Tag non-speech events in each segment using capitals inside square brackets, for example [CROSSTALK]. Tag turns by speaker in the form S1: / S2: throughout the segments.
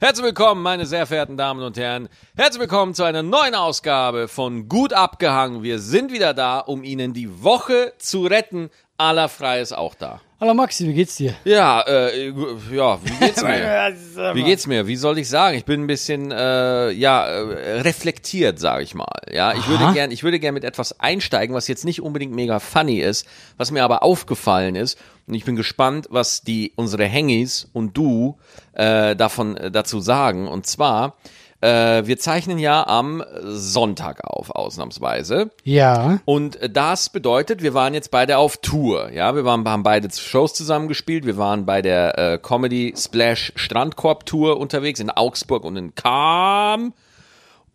S1: Herzlich willkommen, meine sehr verehrten Damen und Herren. Herzlich willkommen zu einer neuen Ausgabe von Gut abgehangen. Wir sind wieder da, um Ihnen die Woche zu retten. Allerfrei ist auch da.
S2: Hallo Maxi, wie geht's dir?
S1: Ja, äh, ja, wie [LAUGHS] geht's mir? Wie geht's mir? Wie soll ich sagen? Ich bin ein bisschen äh, ja äh, reflektiert, sage ich mal. Ja, ich würde gern, ich würde gern mit etwas einsteigen, was jetzt nicht unbedingt mega funny ist, was mir aber aufgefallen ist. Und ich bin gespannt, was die unsere Hengis und du äh, davon äh, dazu sagen. Und zwar, äh, wir zeichnen ja am Sonntag auf, ausnahmsweise.
S2: Ja.
S1: Und das bedeutet, wir waren jetzt beide auf Tour. Ja, wir waren, haben beide Shows zusammengespielt. Wir waren bei der äh, Comedy Splash Strandkorb Tour unterwegs in Augsburg und in Kam.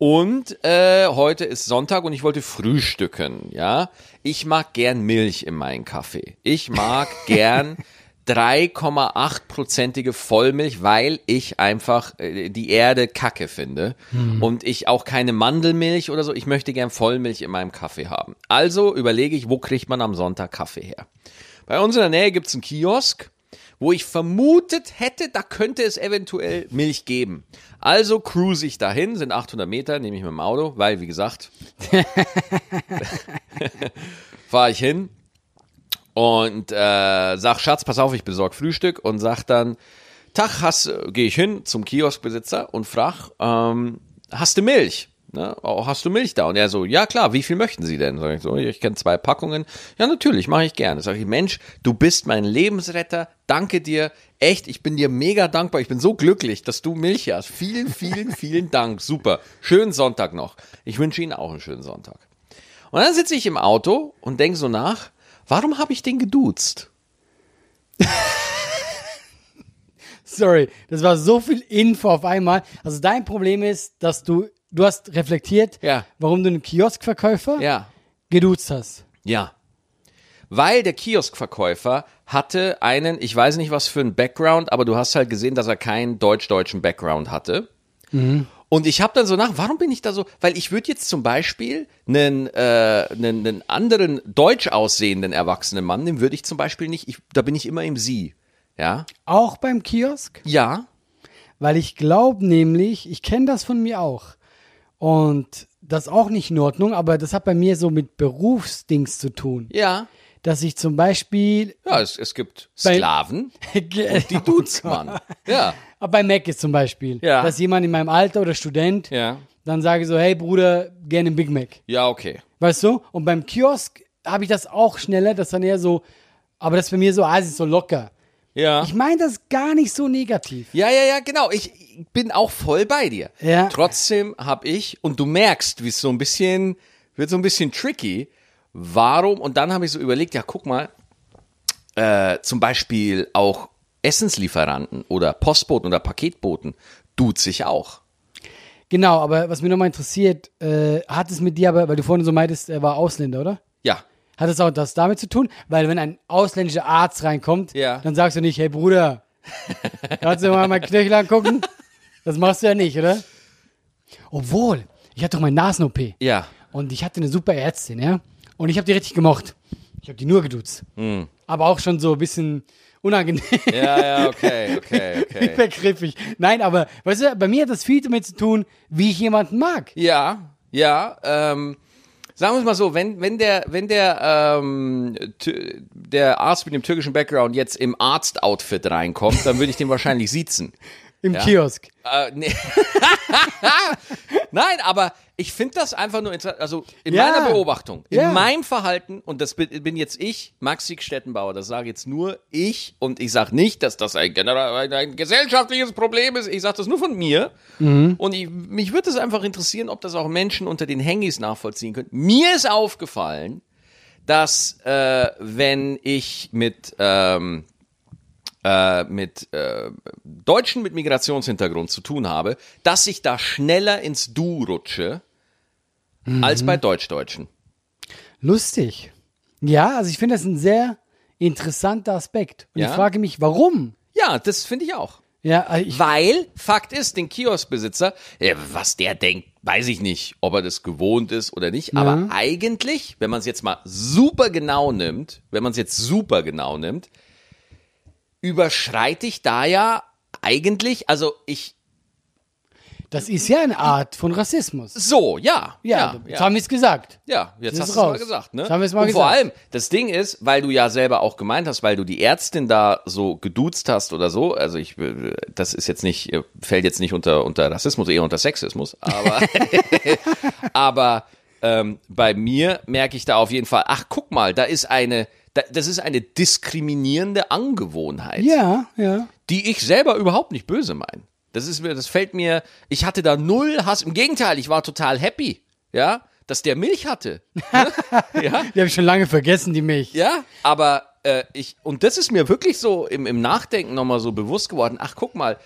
S1: Und äh, heute ist Sonntag und ich wollte frühstücken. Ja, ich mag gern Milch in meinen Kaffee. Ich mag gern 3,8-prozentige Vollmilch, weil ich einfach äh, die Erde kacke finde. Und ich auch keine Mandelmilch oder so. Ich möchte gern Vollmilch in meinem Kaffee haben. Also überlege ich, wo kriegt man am Sonntag Kaffee her? Bei uns in der Nähe gibt's einen Kiosk, wo ich vermutet hätte, da könnte es eventuell Milch geben. Also cruise ich dahin, sind 800 Meter, nehme ich mit dem Auto, weil, wie gesagt, [LAUGHS] fahre ich hin und äh, sag Schatz, pass auf, ich besorg Frühstück und sag dann Tag, hast gehe ich hin zum Kioskbesitzer und frag, ähm, hast du Milch? Ne? Oh, hast du Milch da? Und er so, ja klar, wie viel möchten Sie denn? Sag ich so, ich kenne zwei Packungen. Ja, natürlich, mache ich gerne. Sag ich, Mensch, du bist mein Lebensretter, danke dir. Echt, ich bin dir mega dankbar. Ich bin so glücklich, dass du Milch hast. Vielen, vielen, vielen Dank. Super. Schönen Sonntag noch. Ich wünsche Ihnen auch einen schönen Sonntag. Und dann sitze ich im Auto und denke so nach, warum habe ich den geduzt?
S2: Sorry, das war so viel Info auf einmal. Also dein Problem ist, dass du, du hast reflektiert,
S1: Ja.
S2: warum du einen Kioskverkäufer
S1: Ja.
S2: geduzt hast.
S1: Ja. Weil der Kioskverkäufer hatte einen, ich weiß nicht was für einen Background, aber du hast halt gesehen, dass er keinen deutsch-deutschen Background hatte. Und ich habe dann so nach, warum bin ich da so? Weil ich würde jetzt zum Beispiel einen, äh, einen, einen anderen deutsch aussehenden erwachsenen Mann, den würde ich zum Beispiel nicht, ich, da bin ich immer im Sie. Ja?
S2: Auch beim Kiosk?
S1: Ja.
S2: Weil ich glaube nämlich, ich kenne das von mir auch. Und das ist auch nicht in Ordnung, aber das hat bei mir so mit Berufsdings zu tun.
S1: Ja.
S2: Dass ich zum
S1: [LAUGHS]
S2: Beispiel
S1: Ja, es, es gibt
S2: Bei-
S1: Sklaven, [LAUGHS] die duzt
S2: Oh
S1: man. Ja.
S2: Aber Ah, bei Mac ist zum Beispiel,
S1: Ja.
S2: dass jemand in meinem Alter oder Student
S1: Ja.
S2: dann sage so, hey Bruder, gerne einen Big Mac.
S1: Ja, okay.
S2: Weißt du? Und beim Kiosk habe ich das auch schneller, dass dann eher so, aber das ist bei mir so, ah, es ist so locker.
S1: Ja.
S2: Ich meine das gar nicht so negativ.
S1: Ja, ja, ja, genau. Ich bin auch voll bei dir.
S2: Ja.
S1: Trotzdem habe ich, und du merkst, wie es so ein bisschen, wird so ein bisschen tricky. Warum? Und dann habe ich so überlegt, ja, guck mal, äh, zum Beispiel auch Essenslieferanten oder Postboten oder Paketboten duzt sich auch.
S2: Genau, aber was mich nochmal interessiert, äh, hat es mit dir aber, weil du vorhin so meintest, er war Ausländer, oder?
S1: Ja.
S2: Hat es auch das damit zu tun? Weil wenn ein ausländischer Arzt reinkommt,
S1: Ja.
S2: dann sagst du nicht,
S1: [LAUGHS]
S2: hey Bruder, kannst du mal mein Knöchel angucken? Das machst du ja nicht, oder? Obwohl, ich hatte doch mein Nasen-OP.
S1: Ja.
S2: Und ich hatte eine super Ärztin, ja. Und ich habe die richtig gemocht. Ich habe die nur geduzt. Aber auch schon so ein bisschen unangenehm.
S1: Hm. Ja, ja,
S2: [LAUGHS]
S1: okay, okay,
S2: Nicht vergriffig. Nein, aber weißt du, bei mir hat das viel damit zu tun, wie ich jemanden mag.
S1: Ja, ja. Ähm, sagen wir es mal so, wenn, wenn der, wenn der, ähm, tü- der Arzt mit dem türkischen Background jetzt im Arzt-Outfit reinkommt, dann würde ich den wahrscheinlich siezen.
S2: Im Kiosk.
S1: Äh, nee. [LAUGHS] Nein, aber ich finde das einfach nur interessant. Also in
S2: Ja.
S1: meiner Beobachtung, in
S2: Ja.
S1: meinem Verhalten, und das bin, bin jetzt ich, Maxi Stettenbauer, das sage jetzt nur ich und ich sage nicht, dass das ein, generell, ein, ein gesellschaftliches Problem ist. Ich sage das nur von mir.
S2: Mhm.
S1: Und ich, mich würde es einfach interessieren, ob das auch Menschen unter den Hängis nachvollziehen können. Mir ist aufgefallen, dass äh, wenn ich mit ähm, äh, mit äh, Deutschen mit Migrationshintergrund zu tun habe, dass ich da schneller ins Du rutsche als bei Deutschdeutschen.
S2: Lustig. Ja, also ich finde das ein sehr interessanter Aspekt. Und
S1: Ja?
S2: ich frage mich, warum?
S1: Ja, das finde ich auch.
S2: Ja, also ich,
S1: Weil, Fakt ist, den Kioskbesitzer, äh, was der denkt, weiß ich nicht, ob er das gewohnt ist oder nicht. Aber eigentlich, wenn man es jetzt mal super genau nimmt, wenn man es jetzt super genau nimmt, überschreite ich da ja eigentlich, also ich,
S2: Das ist ja eine Art von Rassismus.
S1: So, ja.
S2: Ja,
S1: ja,
S2: jetzt
S1: ja.
S2: haben wir es gesagt.
S1: Ja, jetzt
S2: Jetzt
S1: hast
S2: ist
S1: du es mal
S2: raus.
S1: gesagt, ne?
S2: Jetzt haben wir es mal
S1: Und vor
S2: gesagt.
S1: allem, das Ding ist, weil du ja selber auch gemeint hast, weil du die Ärztin da so geduzt hast oder so, also ich, äh, das ist jetzt nicht, äh, fällt jetzt nicht unter, unter Rassismus, eher unter Sexismus, aber, [LAUGHS] aber ähm, bei mir merke ich da auf jeden Fall, ach, guck mal, da ist eine, da, das ist eine diskriminierende Angewohnheit
S2: Ja, ja.
S1: die ich selber überhaupt nicht böse meine. Das ist mir, das fällt mir, ich hatte da null Hass. Im Gegenteil, ich war total happy, ja, dass der Milch hatte. ne? ja,
S2: Die habe ich schon lange vergessen, die Milch.
S1: ja, aber äh, ich, und das ist mir wirklich so im, im Nachdenken nochmal so bewusst geworden. Ach, guck mal,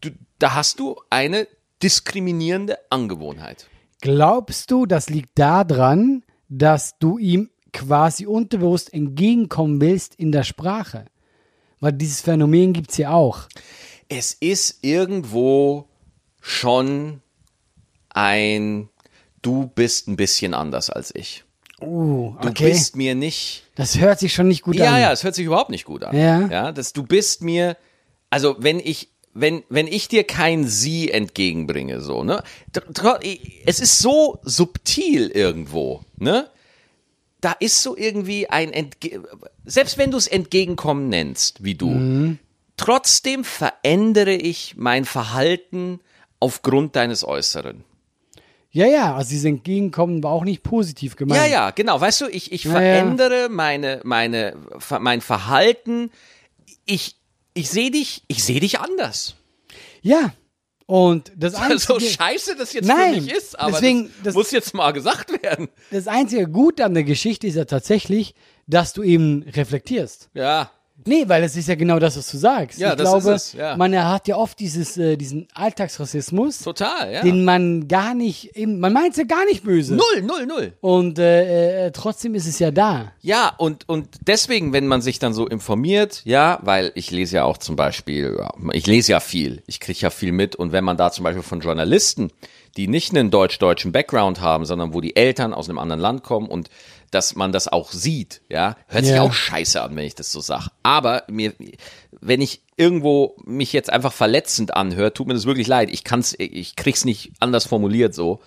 S1: du, da hast du eine diskriminierende Angewohnheit.
S2: Glaubst du, das liegt daran, dass du ihm quasi unterbewusst entgegenkommen willst in der Sprache? Weil dieses Phänomen gibt es ja auch.
S1: es ist irgendwo schon ein, du bist ein bisschen anders als ich.
S2: Uh,
S1: Du
S2: okay.
S1: bist mir nicht
S2: Das hört sich schon nicht gut
S1: Ja,
S2: an.
S1: ja, es hört sich überhaupt nicht gut an.
S2: Ja.
S1: ja dass du bist mir, also wenn ich, wenn, wenn ich dir kein Sie entgegenbringe, so, ne? Tr- tr- Es ist so subtil irgendwo, ne? Da ist so irgendwie ein Entge selbst wenn du es Entgegenkommen nennst, wie du,
S2: Mhm.
S1: trotzdem verändere ich mein Verhalten aufgrund deines Äußeren.
S2: ja, ja. Also dieses Entgegenkommen war auch nicht positiv gemeint.
S1: Ja, ja, genau. Weißt du, ich, ich
S2: Ja, ja.
S1: verändere meine, meine, ver- mein Verhalten. Ich, ich sehe dich, ich sehe dich anders.
S2: Ja. Und
S1: [LAUGHS]
S2: das
S1: So
S2: Einzige,
S1: scheiße das jetzt für
S2: Nein,
S1: mich ist, aber
S2: deswegen-
S1: das,
S2: das-
S1: muss jetzt mal gesagt werden.
S2: das einzige Gute an der Geschichte ist ja tatsächlich, dass du eben reflektierst.
S1: Ja,
S2: Nee, weil es ist ja genau das, was du sagst.
S1: Ja,
S2: ich
S1: das
S2: glaube,
S1: ist es, ja.
S2: man hat ja oft dieses, äh, diesen Alltagsrassismus.
S1: total, ja.
S2: den man gar nicht, eben, man meint es ja gar nicht böse.
S1: null, null, null.
S2: Und äh, äh, trotzdem ist es ja da.
S1: Ja, und, und deswegen, wenn man sich dann so informiert, ja, weil ich lese ja auch zum Beispiel, ja, ich lese ja viel, ich kriege ja viel mit und wenn man da zum Beispiel von Journalisten, die nicht einen deutsch-deutschen Background haben, sondern wo die Eltern aus einem anderen Land kommen und dass man das auch sieht, ja, hört sich
S2: Ja.
S1: auch scheiße an, wenn ich das so sage. Aber mir, wenn ich irgendwo mich jetzt einfach verletzend anhöre, tut mir das wirklich leid. Ich kann's, ich krieg's nicht anders formuliert so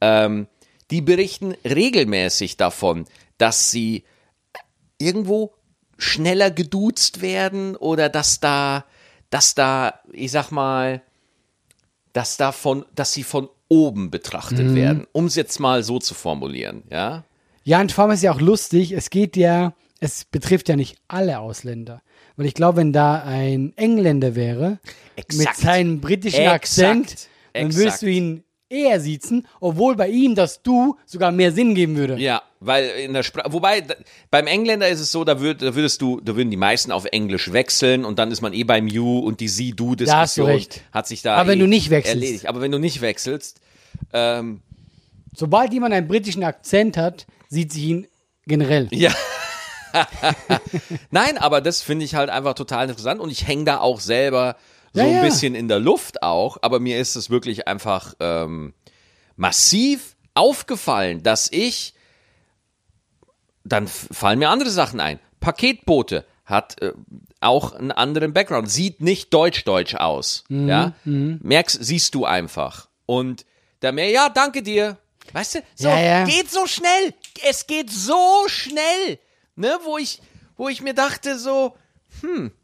S1: Ähm, die berichten regelmäßig davon, dass sie irgendwo schneller geduzt werden oder dass da, dass da, ich sag mal, dass da von, dass sie von oben betrachtet
S2: Mhm.
S1: werden, um es jetzt mal so zu formulieren, ja?
S2: Ja, und vor allem ist ja auch lustig, es geht ja, es betrifft ja nicht alle Ausländer. Weil ich glaube, wenn da ein Engländer wäre,
S1: Exakt.
S2: mit seinem britischen
S1: Exakt.
S2: Akzent, dann
S1: Exakt.
S2: würdest du ihn eher siezen, obwohl bei ihm das Du sogar mehr Sinn geben würde.
S1: Ja, weil in der Sprache, wobei d- beim Engländer ist es so, da, würd, da würdest du, da würden die meisten auf Englisch wechseln und dann ist man eh beim You und die Sie-Du-Diskussion
S2: Da hast du recht.
S1: hat sich da
S2: Aber wenn
S1: eh
S2: du nicht wechselst.
S1: erledigt. Aber wenn du nicht wechselst, ähm,
S2: Sobald jemand einen britischen Akzent hat, sieht sie ihn generell.
S1: Ja. Nein, aber das finde ich halt einfach total interessant und ich hänge da auch selber so
S2: Ja,
S1: ein
S2: ja.
S1: bisschen in der Luft auch, aber mir ist es wirklich einfach ähm, massiv aufgefallen, dass ich, dann f- fallen mir andere Sachen ein. Paketbote hat äh, auch einen anderen Background, sieht nicht deutsch-deutsch aus,
S2: Mhm,
S1: ja, merkst, siehst du einfach und da mehr, ja, danke dir. Weißt du, so,
S2: Ja, ja.
S1: geht so schnell. Es geht so schnell. Ne, wo ich, wo ich mir dachte, so,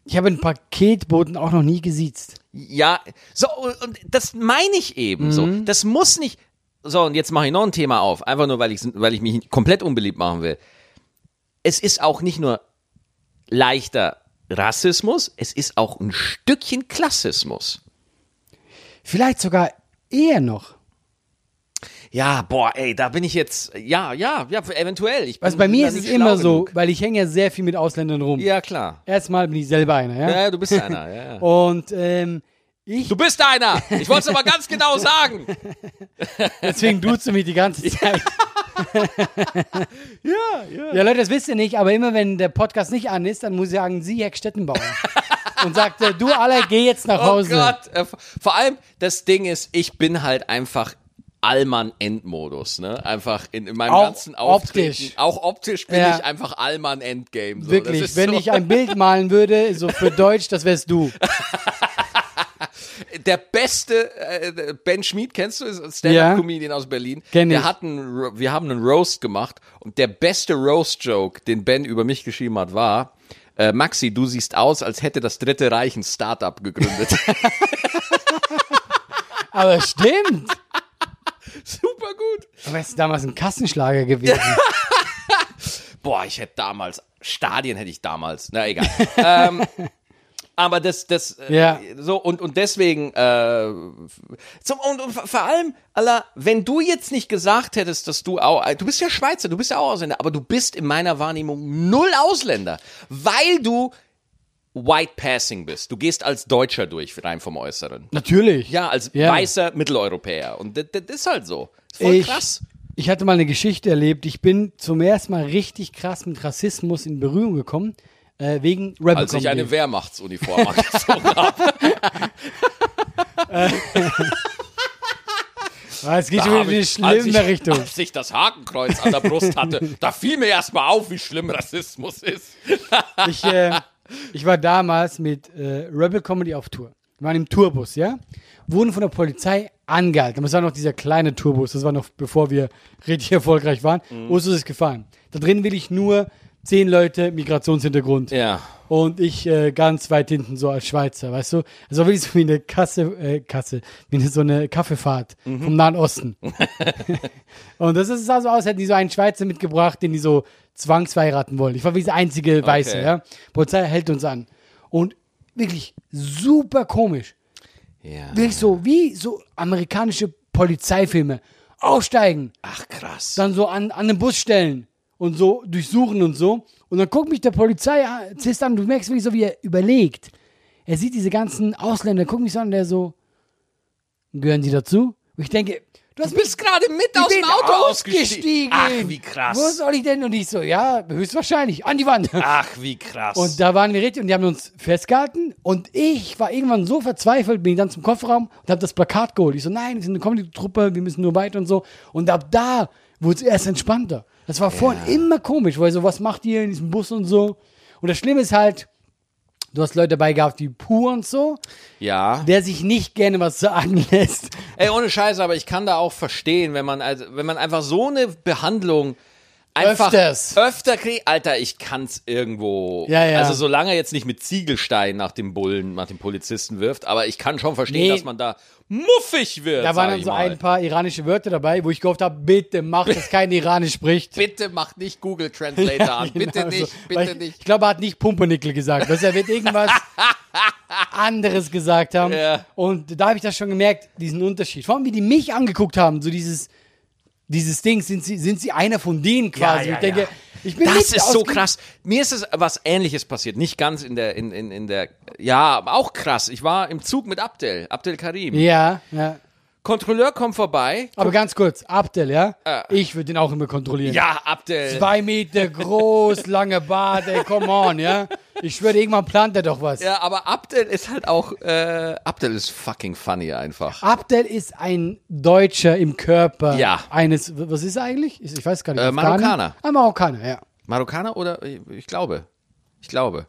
S2: Ich habe einen Paketboten auch noch nie gesiezt.
S1: ja, so, und das meine ich eben so.
S2: Mhm.
S1: Das muss nicht. So, und jetzt mache ich noch ein Thema auf, einfach nur, weil ich, weil ich mich komplett unbeliebt machen will. Es ist auch nicht nur leichter Rassismus, es ist auch ein Stückchen Klassismus.
S2: Vielleicht sogar eher noch.
S1: Ja, boah, ey, da bin ich jetzt, ja, ja, ja, eventuell. Ich bin,
S2: Also bei
S1: bin
S2: mir ist
S1: da
S2: es
S1: nicht
S2: immer
S1: schlau
S2: so,
S1: genug.
S2: weil ich hänge ja sehr viel mit Ausländern rum.
S1: Ja, klar.
S2: Erstmal bin ich selber einer, ja.
S1: Ja, ja, du bist einer, ja,
S2: [LAUGHS]
S1: ja.
S2: Und ähm, ich,
S1: Du bist einer. Ich wollte es aber ganz
S2: [LAUGHS]
S1: genau sagen.
S2: deswegen duzt du mich die ganze Zeit.
S1: [LAUGHS] Ja, ja.
S2: Ja, Leute, das wisst ihr nicht, aber immer wenn der Podcast nicht an ist, dann muss ich sagen, Sie, Herr Stettenbauer. Und sagt, äh, du alle, geh jetzt nach
S1: Oh
S2: Hause.
S1: Gott. Äh, Vor allem, das Ding ist, ich bin halt einfach Allmann-Endmodus, ne? Einfach in, in meinem
S2: Auch
S1: ganzen Auftreten.
S2: optisch.
S1: Auch optisch bin
S2: Ja.
S1: ich einfach Allmann-Endgame. So.
S2: Wirklich,
S1: das ist
S2: wenn
S1: so.
S2: ich ein Bild malen würde, so für Deutsch, das wärst du.
S1: [LAUGHS] der beste äh, Ben Schmid, kennst du, ist ein Stand-up-Comedian aus Berlin.
S2: Kenn ich.
S1: Der hat einen, Ro- wir haben einen Roast gemacht und der beste Roast-Joke, den Ben über mich geschrieben hat, war, äh, Maxi, du siehst aus, als hätte das Dritte Reich ein Startup gegründet. [LAUGHS]
S2: Aber es stimmt.
S1: Super gut.
S2: Aber es ist damals ein Kassenschlager gewesen.
S1: Boah, ich hätte damals, Stadien hätte ich damals, na egal. [LAUGHS] ähm, aber das, das, äh,
S2: Ja.
S1: so, und, und deswegen, äh, zum, und, und vor allem, Alter, wenn du jetzt nicht gesagt hättest, dass du auch, du bist ja Schweizer, du bist ja auch Ausländer, aber du bist in meiner Wahrnehmung null Ausländer, weil du White Passing bist. Du gehst als Deutscher durch, rein vom Äußeren.
S2: Natürlich.
S1: Ja, als weißer Mitteleuropäer. Und das, das ist halt so. Ist voll
S2: ich,
S1: krass.
S2: Ich hatte mal eine Geschichte erlebt. Ich bin zum ersten Mal richtig krass mit Rassismus in Berührung gekommen. Äh, wegen Rebel
S1: Als ich
S2: Comedy.
S1: eine
S2: [LAUGHS]
S1: Wehrmachtsuniform angezogen habe.
S2: Ah, Es geht
S1: Da hab
S2: schon wieder in eine
S1: ich- als ich,
S2: schlimme Richtung.
S1: Als ich das Hakenkreuz an der Brust hatte,
S2: [LAUGHS]
S1: da fiel mir erstmal auf, wie schlimm Rassismus ist.
S2: Ich, äh, ich war damals mit äh, Rebel Comedy auf Tour. Wir waren im Tourbus, ja? Wurden von der Polizei angehalten. Aber es war noch dieser kleine Tourbus. Das war noch bevor wir richtig erfolgreich waren. Uns ist es gefahren. Da drin will ich nur zehn Leute Migrationshintergrund.
S1: Ja.
S2: Und ich äh, ganz weit hinten, so als Schweizer, weißt du? Also wirklich so wie eine Kasse, äh, Kasse, wie eine, so eine Kaffeefahrt vom Nahen Osten. und das ist- sah so aus, hätten die so einen Schweizer mitgebracht, den die so zwangsweiraten wollen. Ich war wie das einzige Weiße,
S1: Okay.
S2: ja? Polizei hält uns an. Und wirklich super komisch.
S1: ja.
S2: Wirklich so, wie so amerikanische Polizeifilme. Aussteigen,
S1: Ach krass.
S2: dann so an, an den Bus stellen und so durchsuchen und so. Und dann guckt mich der Polizei an, Zist an, du merkst wirklich so, wie er überlegt. Er sieht diese ganzen Ausländer, guckt mich so an, der so, gehören die dazu? Und ich denke, du hast
S1: Du bist gerade mit
S2: ich
S1: aus dem
S2: bin
S1: Auto ausgestiegen.
S2: ausgestiegen.
S1: Ach, wie
S2: Wo
S1: krass.
S2: soll ich denn? Und ich so, ja, höchstwahrscheinlich, an die Wand.
S1: Ach, wie krass.
S2: Und da waren wir richtig und die haben uns festgehalten. Und ich war irgendwann so verzweifelt, bin dann zum Kofferraum und habe das Plakat geholt. Ich so, nein, wir sind eine Comedy-Truppe, wir müssen nur weiter und so. Und ab da wurde es erst entspannter. Das war vorhin immer komisch, weil so, was macht ihr in diesem Bus und so? Und das Schlimme ist halt, du hast Leute dabei gehabt wie Pur und so,
S1: ja.
S2: der sich nicht gerne was [LAUGHS] sagen lässt.
S1: Ey, ohne Scheiße, aber ich kann da auch verstehen, wenn man, also, wenn man einfach so eine Behandlung einfach
S2: Öfters.
S1: öfter kriegt. Alter, ich kann's irgendwo.
S2: Ja, ja.
S1: Also solange er jetzt nicht mit Ziegelstein nach dem Bullen, nach dem Polizisten wirft, aber ich kann schon verstehen,
S2: Nee.
S1: dass man da muffig wird.
S2: Da
S1: sag
S2: waren dann
S1: ich
S2: so
S1: mal.
S2: ein paar iranische Wörter dabei, wo ich gehofft habe, bitte mach, dass kein Iranisch spricht.
S1: Bitte macht nicht Google
S2: [LAUGHS]
S1: Translator an. Bitte
S2: Genau so.
S1: nicht,
S2: Weil
S1: bitte
S2: ich,
S1: nicht.
S2: Ich glaube, er hat nicht Pumpernickel gesagt. Also er
S1: [LAUGHS]
S2: wird irgendwas anderes gesagt haben.
S1: Ja.
S2: Und da habe ich das schon gemerkt, diesen Unterschied. Vor allem, wie die mich angeguckt haben, so dieses, dieses Ding, sind sie, sind sie einer von denen quasi.
S1: ja,
S2: ich denke,
S1: ja.
S2: ich bin
S1: Das
S2: nicht
S1: ist so
S2: ausge-
S1: krass. Mir ist es was ähnliches passiert. Nicht ganz in der, in, in, in der, ja, aber auch krass. Ich war im Zug mit Abdel, Abdel Karim.
S2: Ja, ja.
S1: Kontrolleur kommt vorbei.
S2: Aber ganz kurz, Abdel, ja?
S1: Ja.
S2: Ich würde den auch immer kontrollieren.
S1: Ja, Abdel.
S2: Zwei Meter groß, lange Bart, ey, come on, ja? Ich schwöre, irgendwann plant er doch was.
S1: Ja, aber Abdel ist halt auch, äh, Abdel ist fucking funny einfach.
S2: Abdel ist ein Deutscher im Körper
S1: Ja.
S2: eines, was ist er eigentlich? Ist- Ich weiß gar nicht.
S1: Äh,
S2: Afghaner?
S1: Marokkaner.
S2: Ah, Marokkaner, ja.
S1: Marokkaner oder, ich, ich glaube. Ich glaube.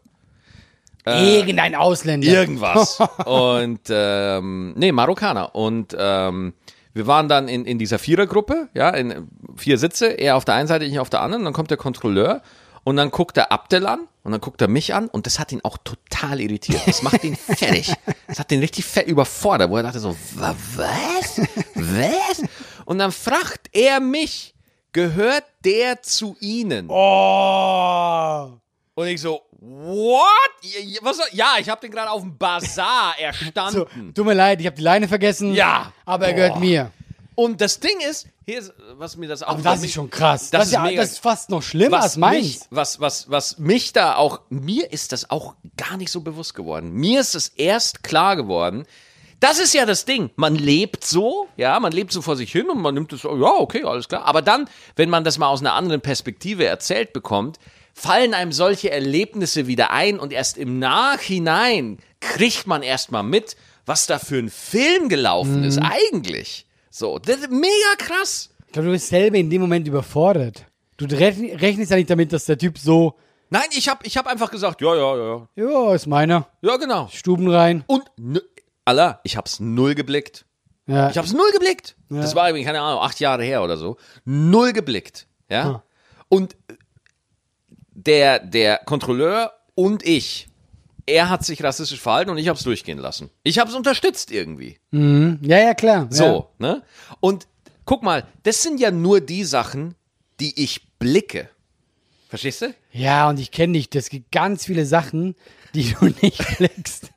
S1: Äh,
S2: Irgendein Ausländer.
S1: Irgendwas. und ähm, nee, Marokkaner. Und ähm, wir waren dann in, in dieser Vierergruppe, ja, in vier Sitze, er auf der einen Seite, ich auf der anderen, dann kommt der Kontrolleur und dann guckt er Abdel an und dann guckt er mich an und das hat ihn auch total irritiert. Das macht ihn fertig. Das hat ihn richtig fett überfordert, wo er dachte so, "Wa- was? Was? Und dann fragt er mich, gehört der zu Ihnen?
S2: Oh.
S1: Und ich so, what? Ja, ja, Was soll? Ja, ich habe den gerade auf dem Bazar
S2: So,
S1: erstanden.
S2: tut mir leid, ich habe die Leine vergessen.
S1: Hm. Ja.
S2: Aber er
S1: Boah.
S2: gehört mir.
S1: Und das Ding ist, hier ist, was mir das auch.
S2: Aber das ist schon krass. Das,
S1: ist
S2: ist, ja,
S1: mega-
S2: das ist fast noch schlimmer
S1: was
S2: als meins.
S1: mich, was, was, was mich da auch, mir ist das auch gar nicht so bewusst geworden. Mir ist es erst klar geworden. Das ist ja das Ding. Man lebt so, ja, man lebt so vor sich hin und man nimmt es, so, ja, okay, alles klar. Aber dann, wenn man das mal aus einer anderen Perspektive erzählt bekommt, fallen einem solche Erlebnisse wieder ein und erst im Nachhinein kriegt man erst mal mit, was da für ein Film gelaufen ist,
S2: Mhm.
S1: eigentlich. So, das ist mega krass.
S2: Ich glaube, du bist selber in dem Moment überfordert. Du rechn- rechnest ja nicht damit, dass der Typ so,
S1: Nein, ich habe ich hab einfach gesagt, ja, ja, ja, ja.
S2: ja, ist meiner,
S1: Ja, genau.
S2: Stuben rein.
S1: Und n- Allah, ich hab's null geblickt.
S2: Ja.
S1: Ich hab's null geblickt. Das war irgendwie, keine Ahnung, acht Jahre her oder so. Null geblickt. Ja.
S2: Ah.
S1: Und äh, der, der Kontrolleur und ich, er hat sich rassistisch verhalten und ich hab's durchgehen lassen. Ich hab's unterstützt irgendwie.
S2: Mhm. ja, ja, klar.
S1: So, ne? Und guck mal, das sind ja nur die Sachen, die ich blicke. Verstehst du?
S2: Ja, ja und ich kenne dich. Das gibt ganz viele Sachen, die du [LAUGHS] nicht blickst.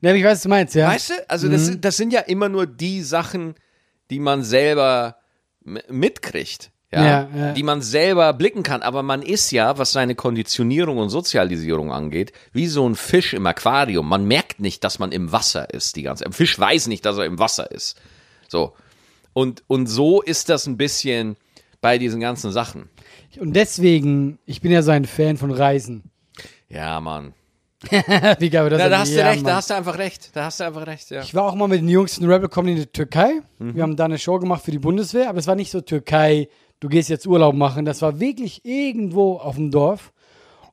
S2: ne, aber ich weiß, was du meinst, ja.
S1: Weißt du? Also,
S2: Mhm.
S1: das, sind- das sind ja immer nur die Sachen, die man selber m- mitkriegt. Ja,
S2: Ja, ja.
S1: Die man selber blicken kann. Aber man ist ja, was seine Konditionierung und Sozialisierung angeht, wie so ein Fisch im Aquarium. Man merkt nicht, dass man im Wasser ist die ganze Ein Fisch weiß nicht, dass er im Wasser ist. So. Und, und so ist das ein bisschen bei diesen ganzen Sachen.
S2: Und deswegen, ich bin ja so ein Fan von Reisen. [LAUGHS]
S1: Ja, Mann.
S2: Wie geil, das
S1: Ja, da hast du
S2: ja,
S1: recht,
S2: Mann.
S1: da hast du einfach recht. Da hast du einfach recht, ja.
S2: Ich war auch mal mit den Jungs von Rebel Comedy in der Türkei. Wir haben da eine Show gemacht für die Bundeswehr, aber es war nicht so Türkei, du gehst jetzt Urlaub machen. Das war wirklich irgendwo auf dem Dorf.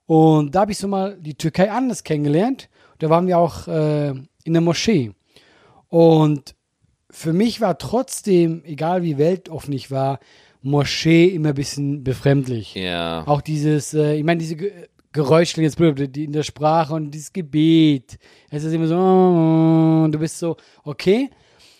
S2: Und da habe ich so mal die Türkei anders kennengelernt. Da waren wir auch äh, in der Moschee. Und für mich war trotzdem, egal wie weltoffen ich war, Moschee immer ein bisschen befremdlich.
S1: Ja.
S2: Auch dieses, äh, ich meine, diese Ge Geräusche jetzt blöd, die in der Sprache und dieses Gebet. Es ist immer so, oh, du bist so, okay.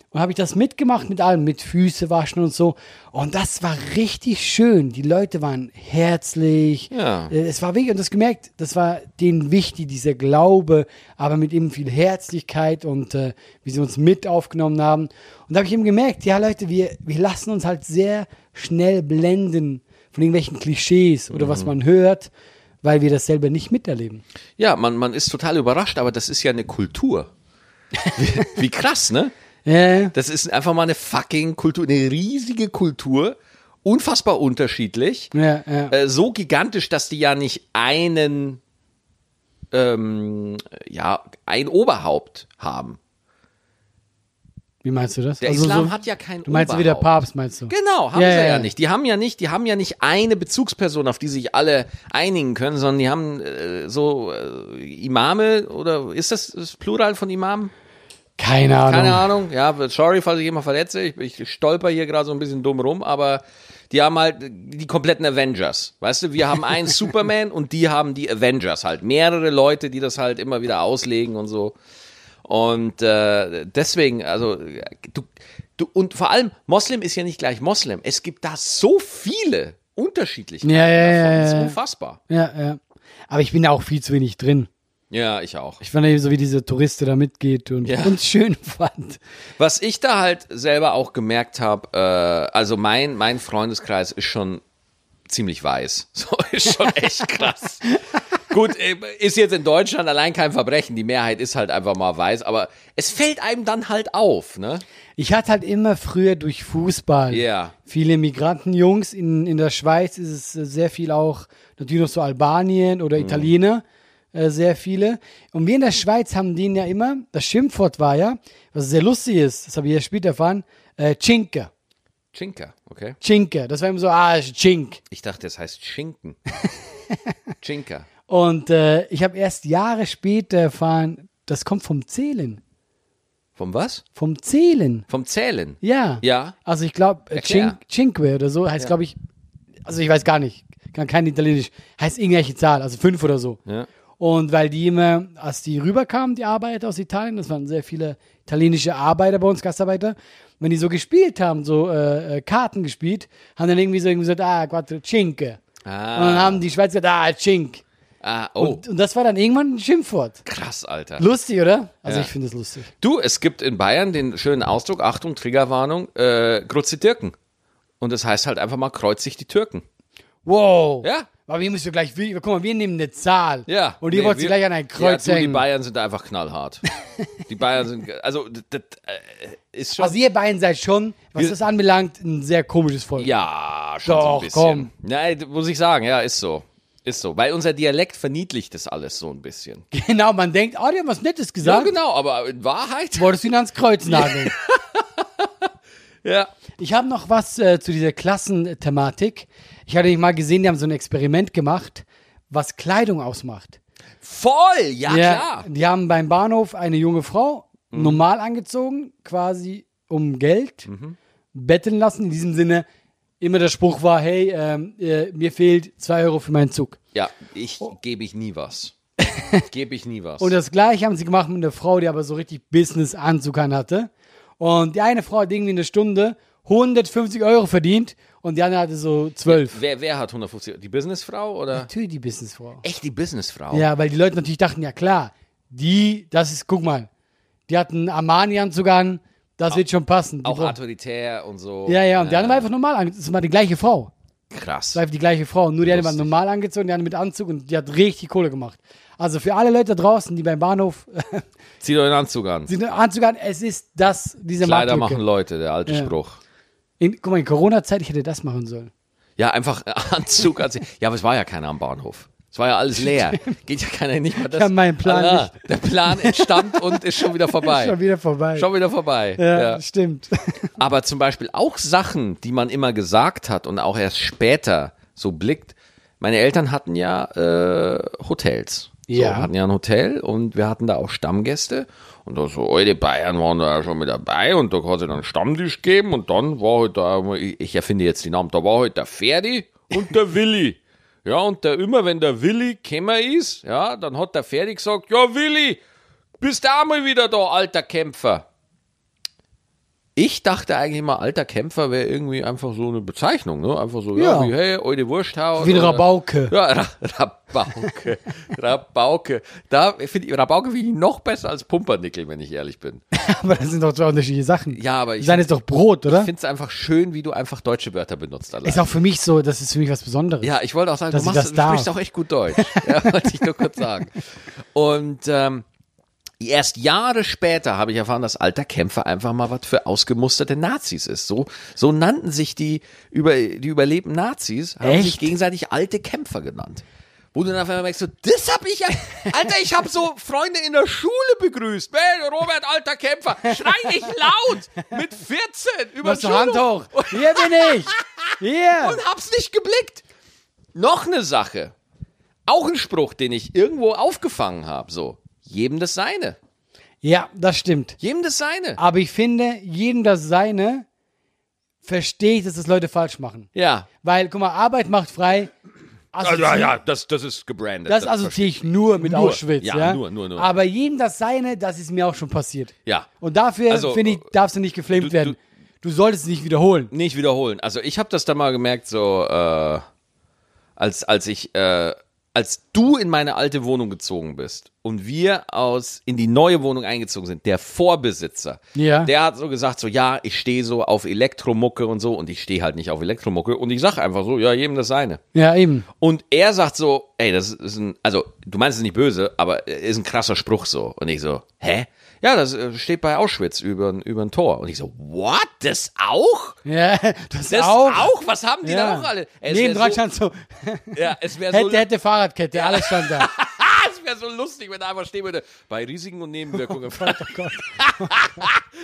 S2: Und habe ich das mitgemacht mit allem, mit Füße waschen und so. Und das war richtig schön. Die Leute waren herzlich.
S1: Ja.
S2: Äh, Es war wirklich, und das gemerkt, das war denen wichtig, dieser Glaube, aber mit eben viel Herzlichkeit und äh, wie sie uns mit aufgenommen haben. Und da habe ich eben gemerkt, ja Leute, wir, wir lassen uns halt sehr schnell blenden von irgendwelchen Klischees oder
S1: Mhm.
S2: was man hört, weil wir das selber nicht miterleben.
S1: Ja, man, man ist total überrascht, aber das ist ja eine Kultur. Wie, wie krass, ne?
S2: Äh,
S1: Das ist einfach mal eine fucking Kultur, eine riesige Kultur, unfassbar unterschiedlich,
S2: ja, ja.
S1: äh, so gigantisch, dass die ja nicht einen, ähm, ja, ein Oberhaupt haben.
S2: Wie meinst du das? Also
S1: Der Islam hat ja kein
S2: Du meinst wie der
S1: Oberhaupt.
S2: Papst, meinst du?
S1: Genau, haben
S2: Ja,
S1: sie ja,
S2: ja, ja.
S1: nicht. Die haben ja nicht, die haben ja nicht eine Bezugsperson, auf die sich alle einigen können, sondern die haben äh, so äh, Imame oder ist das das Plural von Imamen?
S2: Keine Ahnung.
S1: Keine Ahnung, ja, sorry, falls ich jemand verletze. Ich, ich stolper hier gerade so ein bisschen dumm rum, aber die haben halt die kompletten Avengers. Weißt du, wir haben
S2: [LAUGHS]
S1: einen Superman und die haben die Avengers halt. Mehrere Leute, die das halt immer wieder auslegen und so. Und äh, deswegen, also, du, du, und vor allem, Moslem ist ja nicht gleich Moslem. Es gibt da so viele unterschiedliche.
S2: Ja, ja, ja,
S1: Das
S2: ja,
S1: ist
S2: ja.
S1: unfassbar.
S2: Ja, ja. Aber ich bin da auch viel zu wenig drin.
S1: Ja, ich auch.
S2: Ich fand eben so, wie dieser Tourist der da mitgeht und
S1: Ja.
S2: uns schön fand.
S1: Was ich da halt selber auch gemerkt habe, äh, also mein, mein Freundeskreis ist schon ziemlich weiß. [LAUGHS] So ist schon echt krass. Gut, äh, ist jetzt in Deutschland allein kein Verbrechen. Die Mehrheit ist halt einfach mal weiß, aber es fällt einem dann halt auf, ne?
S2: Ich hatte halt immer früher durch Fußball
S1: Ja.
S2: viele Migrantenjungs. In, in der Schweiz ist es äh, sehr viel auch, natürlich noch so Albanien oder Italiener, äh, sehr viele. Und wir in der Schweiz haben denen ja immer, das Schimpfwort war ja, was sehr lustig ist, das habe ich ja später erfahren, äh, Chinke.
S1: Chinka, okay?
S2: Chinke. Das war immer so, ah, ist Chink.
S1: Ich dachte, es heißt Schinken. Chinka.
S2: Und äh, ich habe erst Jahre später erfahren, das kommt vom Zählen.
S1: Vom was?
S2: Vom Zählen.
S1: Vom Zählen.
S2: Ja.
S1: Ja.
S2: Also ich glaube,
S1: Erklär.
S2: Cinque oder so heißt, glaube ich, also ich weiß gar nicht, kann kein Italienisch, heißt irgendwelche Zahl, also fünf oder so.
S1: Ja.
S2: Und weil die immer, als die rüberkamen, die Arbeiter aus Italien, das waren sehr viele italienische Arbeiter bei uns, Gastarbeiter, wenn die so gespielt haben, so äh, äh, Karten gespielt, haben dann irgendwie so irgendwie gesagt, ah, quattro cinque.
S1: Ah.
S2: Und dann haben die Schweizer gesagt, ah, cinque.
S1: Ah, oh,
S2: Und, und das war dann irgendwann ein Schimpfwort.
S1: krass, Alter.
S2: Lustig, oder? Also
S1: Ja.
S2: ich finde es lustig.
S1: Du, es gibt in Bayern den schönen Ausdruck, Achtung, Triggerwarnung, äh, Grutze Türken. Und das heißt halt einfach mal, kreuz sich die Türken.
S2: Wow.
S1: Ja.
S2: Aber wir müssen gleich, wir, guck mal, wir nehmen eine Zahl.
S1: Ja.
S2: Und ihr wollt sie
S1: wir-
S2: gleich an ein Kreuz
S1: ja, du, Die
S2: hängen.
S1: Bayern sind da einfach
S2: [LAUGHS]
S1: knallhart. die Bayern sind, also, das, das äh, ist schon,
S2: also ihr beiden seid schon, was
S1: Wir-
S2: das anbelangt, ein sehr komisches Volk.
S1: ja, schon so ein
S2: Doch,
S1: bisschen.
S2: komm.
S1: Nein, muss ich sagen, ja, ist so. Ist so. Weil unser Dialekt verniedlicht das alles so ein bisschen.
S2: [LAUGHS] Genau, man denkt, oh, die haben was Nettes
S1: Ja,
S2: gesagt.
S1: genau, aber in Wahrheit, [LAUGHS]
S2: Wolltest du ihn ans Kreuz nageln?
S1: ja.
S2: Ich habe noch was äh, zu dieser Klassenthematik. Ich hatte nicht mal gesehen, die haben so ein Experiment gemacht, was Kleidung ausmacht.
S1: Voll, ja,
S2: ja,
S1: klar.
S2: die haben beim Bahnhof eine junge Frau normal angezogen, quasi um Geld betteln lassen. In diesem Sinne immer der Spruch war, hey, ähm, äh, mir fehlt 2 Euro für meinen Zug.
S1: Ja, ich gebe ich nie
S2: [LAUGHS]
S1: was. gebe ich nie was.
S2: Oh. Und das gleiche haben sie gemacht mit einer Frau, die aber so richtig Business-Anzug an hatte. Und die eine Frau hat irgendwie eine Stunde 150 Euro verdient und die andere hatte so 12.
S1: wer, wer hat 150? Die Businessfrau oder?
S2: Natürlich die Businessfrau.
S1: Echt die Businessfrau?
S2: Ja, weil die Leute natürlich dachten, ja klar, die, das ist, guck mal, die hatten Armani-Anzug an, das wird schon passen. Die
S1: Auch
S2: braucht-
S1: autoritär und so. Äh,
S2: Ja, ja, und die andere war einfach normal angezogen. Das war die gleiche Frau.
S1: Krass.
S2: Das war einfach die gleiche Frau. Nur die eine war
S1: Lustig.
S2: normal angezogen, die andere mit Anzug und die hat richtig Kohle gemacht. Also für alle Leute da draußen, die beim Bahnhof [LAUGHS]
S1: Zieh doch den Anzug an.
S2: sind, Anzug an, es ist das, diese
S1: Kleider machen
S2: Marktlücke.
S1: Leute, der alte
S2: Ja.
S1: Spruch.
S2: In, guck mal, in Corona-Zeit, ich hätte das machen sollen.
S1: Ja, einfach [LAUGHS] Anzug anziehen. Ja, aber es war ja keiner am Bahnhof. Es war ja alles
S2: [LAUGHS]
S1: leer. Geht ja keiner nicht mal das.
S2: Ja, mein Plan
S1: Ah, Der Plan entstand und ist schon
S2: [LAUGHS]
S1: wieder vorbei.
S2: Schon wieder vorbei.
S1: Schon wieder vorbei.
S2: ja,
S1: Ja.
S2: stimmt.
S1: Aber zum Beispiel auch Sachen, die man immer gesagt hat und auch erst später so blickt. Meine Eltern hatten ja äh, Hotels.
S2: Ja.
S1: So, hatten ja ein Hotel und wir hatten da auch Stammgäste. Und da so, ey, die Bayern waren da ja schon mit dabei und da hat es dann einen Stammtisch geben und dann war heute, da, ich, ich erfinde jetzt die Namen, da war heute der Ferdi und der Willi. Ja, und der immer, wenn der Willi Kämmer ist, ja, dann hat der Ferdi gesagt, ja, Willi, bist du auch mal wieder da, alter Kämpfer. Ich dachte eigentlich mal, alter Kämpfer wäre irgendwie einfach so eine Bezeichnung, ne? Einfach so, ja,
S2: Ja.
S1: wie, hey, eure Wursthaut.
S2: Wie ein
S1: oder-
S2: Rabauke.
S1: Ja, [LAUGHS] Ra Rabauke. Rabauke. Da finde ich, Rabauke finde ich noch besser als Pumpernickel, wenn ich ehrlich bin.
S2: [LAUGHS] aber das sind doch zwei unterschiedliche Sachen.
S1: Ja, aber ich-
S2: Sein ist doch Brot,
S1: Ich
S2: oder?
S1: finde es einfach schön, wie du einfach deutsche Wörter benutzt. Allein.
S2: Ist auch für mich so, das ist für mich was Besonderes.
S1: Ja, ich wollte auch sagen,
S2: Dass
S1: du,
S2: ich
S1: machst,
S2: das
S1: du
S2: darf.
S1: sprichst auch echt gut Deutsch. [LAUGHS] ja, wollte ich nur kurz sagen. Und ähm, erst Jahre später habe ich erfahren, dass alter Kämpfer einfach mal was für ausgemusterte Nazis ist. So, so nannten sich die, über, die überlebten Nazis, haben sich
S2: Echt?
S1: gegenseitig alte Kämpfer genannt. Wo du dann auf einmal merkst, so, das hab ich ja, Alter, ich habe so Freunde in der Schule begrüßt. Hey, Robert, alter Kämpfer, schrei nicht laut mit 14 über
S2: Machst
S1: den
S2: du Hand hoch.
S1: Schulhof
S2: Hier bin ich.
S1: [LAUGHS]
S2: Hier.
S1: und hab's nicht geblickt. Noch eine Sache. Auch ein Spruch, den ich irgendwo aufgefangen habe. So, jedem das seine.
S2: Ja, das stimmt.
S1: Jedem das seine.
S2: Aber ich finde, jedem das Seine verstehe ich, dass das Leute falsch machen.
S1: Ja.
S2: Weil, guck mal, Arbeit macht frei. Assozi
S1: das, Also, das also ist gebrandet.
S2: Das assoziiere ich nur mit
S1: Nur.
S2: Auschwitz.
S1: Ja,
S2: Ja,
S1: nur, nur, nur.
S2: Aber jedem das Seine, das ist mir auch schon passiert.
S1: Ja.
S2: Und dafür,
S1: Also,
S2: finde ich,
S1: äh,
S2: darfst du nicht geflamed
S1: du-
S2: werden. Du, solltest es nicht wiederholen.
S1: nicht wiederholen. Also ich habe das dann mal gemerkt, so äh, als als ich äh, als du in meine alte Wohnung gezogen bist und wir aus in die neue Wohnung eingezogen sind, der Vorbesitzer,
S2: Ja.
S1: der hat so gesagt, so ja, ich stehe so auf Elektromucke und so und ich stehe halt nicht auf Elektromucke und ich sag einfach so, ja, jedem das seine.
S2: Ja, eben.
S1: Und er sagt so, ey, das ist ein, also du meinst es nicht böse, aber äh, ist ein krasser Spruch so. Und ich so, hä? Ja, das äh, steht bei Auschwitz über, über ein Tor. Und ich so, what? Das auch?
S2: Ja, [LAUGHS] das,
S1: Das auch?
S2: auch.
S1: Was haben die
S2: ja.
S1: da auch alle? Ey,
S2: Neben
S1: wär
S2: dran
S1: so,
S2: stand so,
S1: [LAUGHS] ja, es wäre so,
S2: hätte, hätte Fahrradkette, alles
S1: [LAUGHS]
S2: stand da.
S1: Ah, es wär so lustig, wenn da einfach stehen würde. Bei Risiken und
S2: [LAUGHS]
S1: Nebenwirkungen.
S2: Oh
S1: [LAUGHS]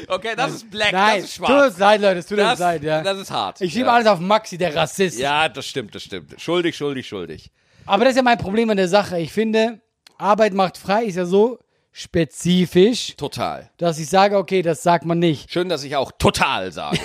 S1: okay, das ist black,
S2: Nein,
S1: das ist
S2: tut
S1: schwarz.
S2: uns leid, Leute, es tut
S1: Das,
S2: uns leid, ja.
S1: das ist hart.
S2: ich schiebe
S1: ja.
S2: alles auf Maxi, der Rassist.
S1: ja, das stimmt, das stimmt. Schuldig, schuldig, schuldig.
S2: Aber das ist ja mein Problem an der Sache. Ich finde, Arbeit macht frei ist ja so spezifisch,
S1: Total.
S2: dass ich sage, okay, das sagt man
S1: [LAUGHS]
S2: nicht. [LAUGHS]
S1: Schön, dass ich auch total sage.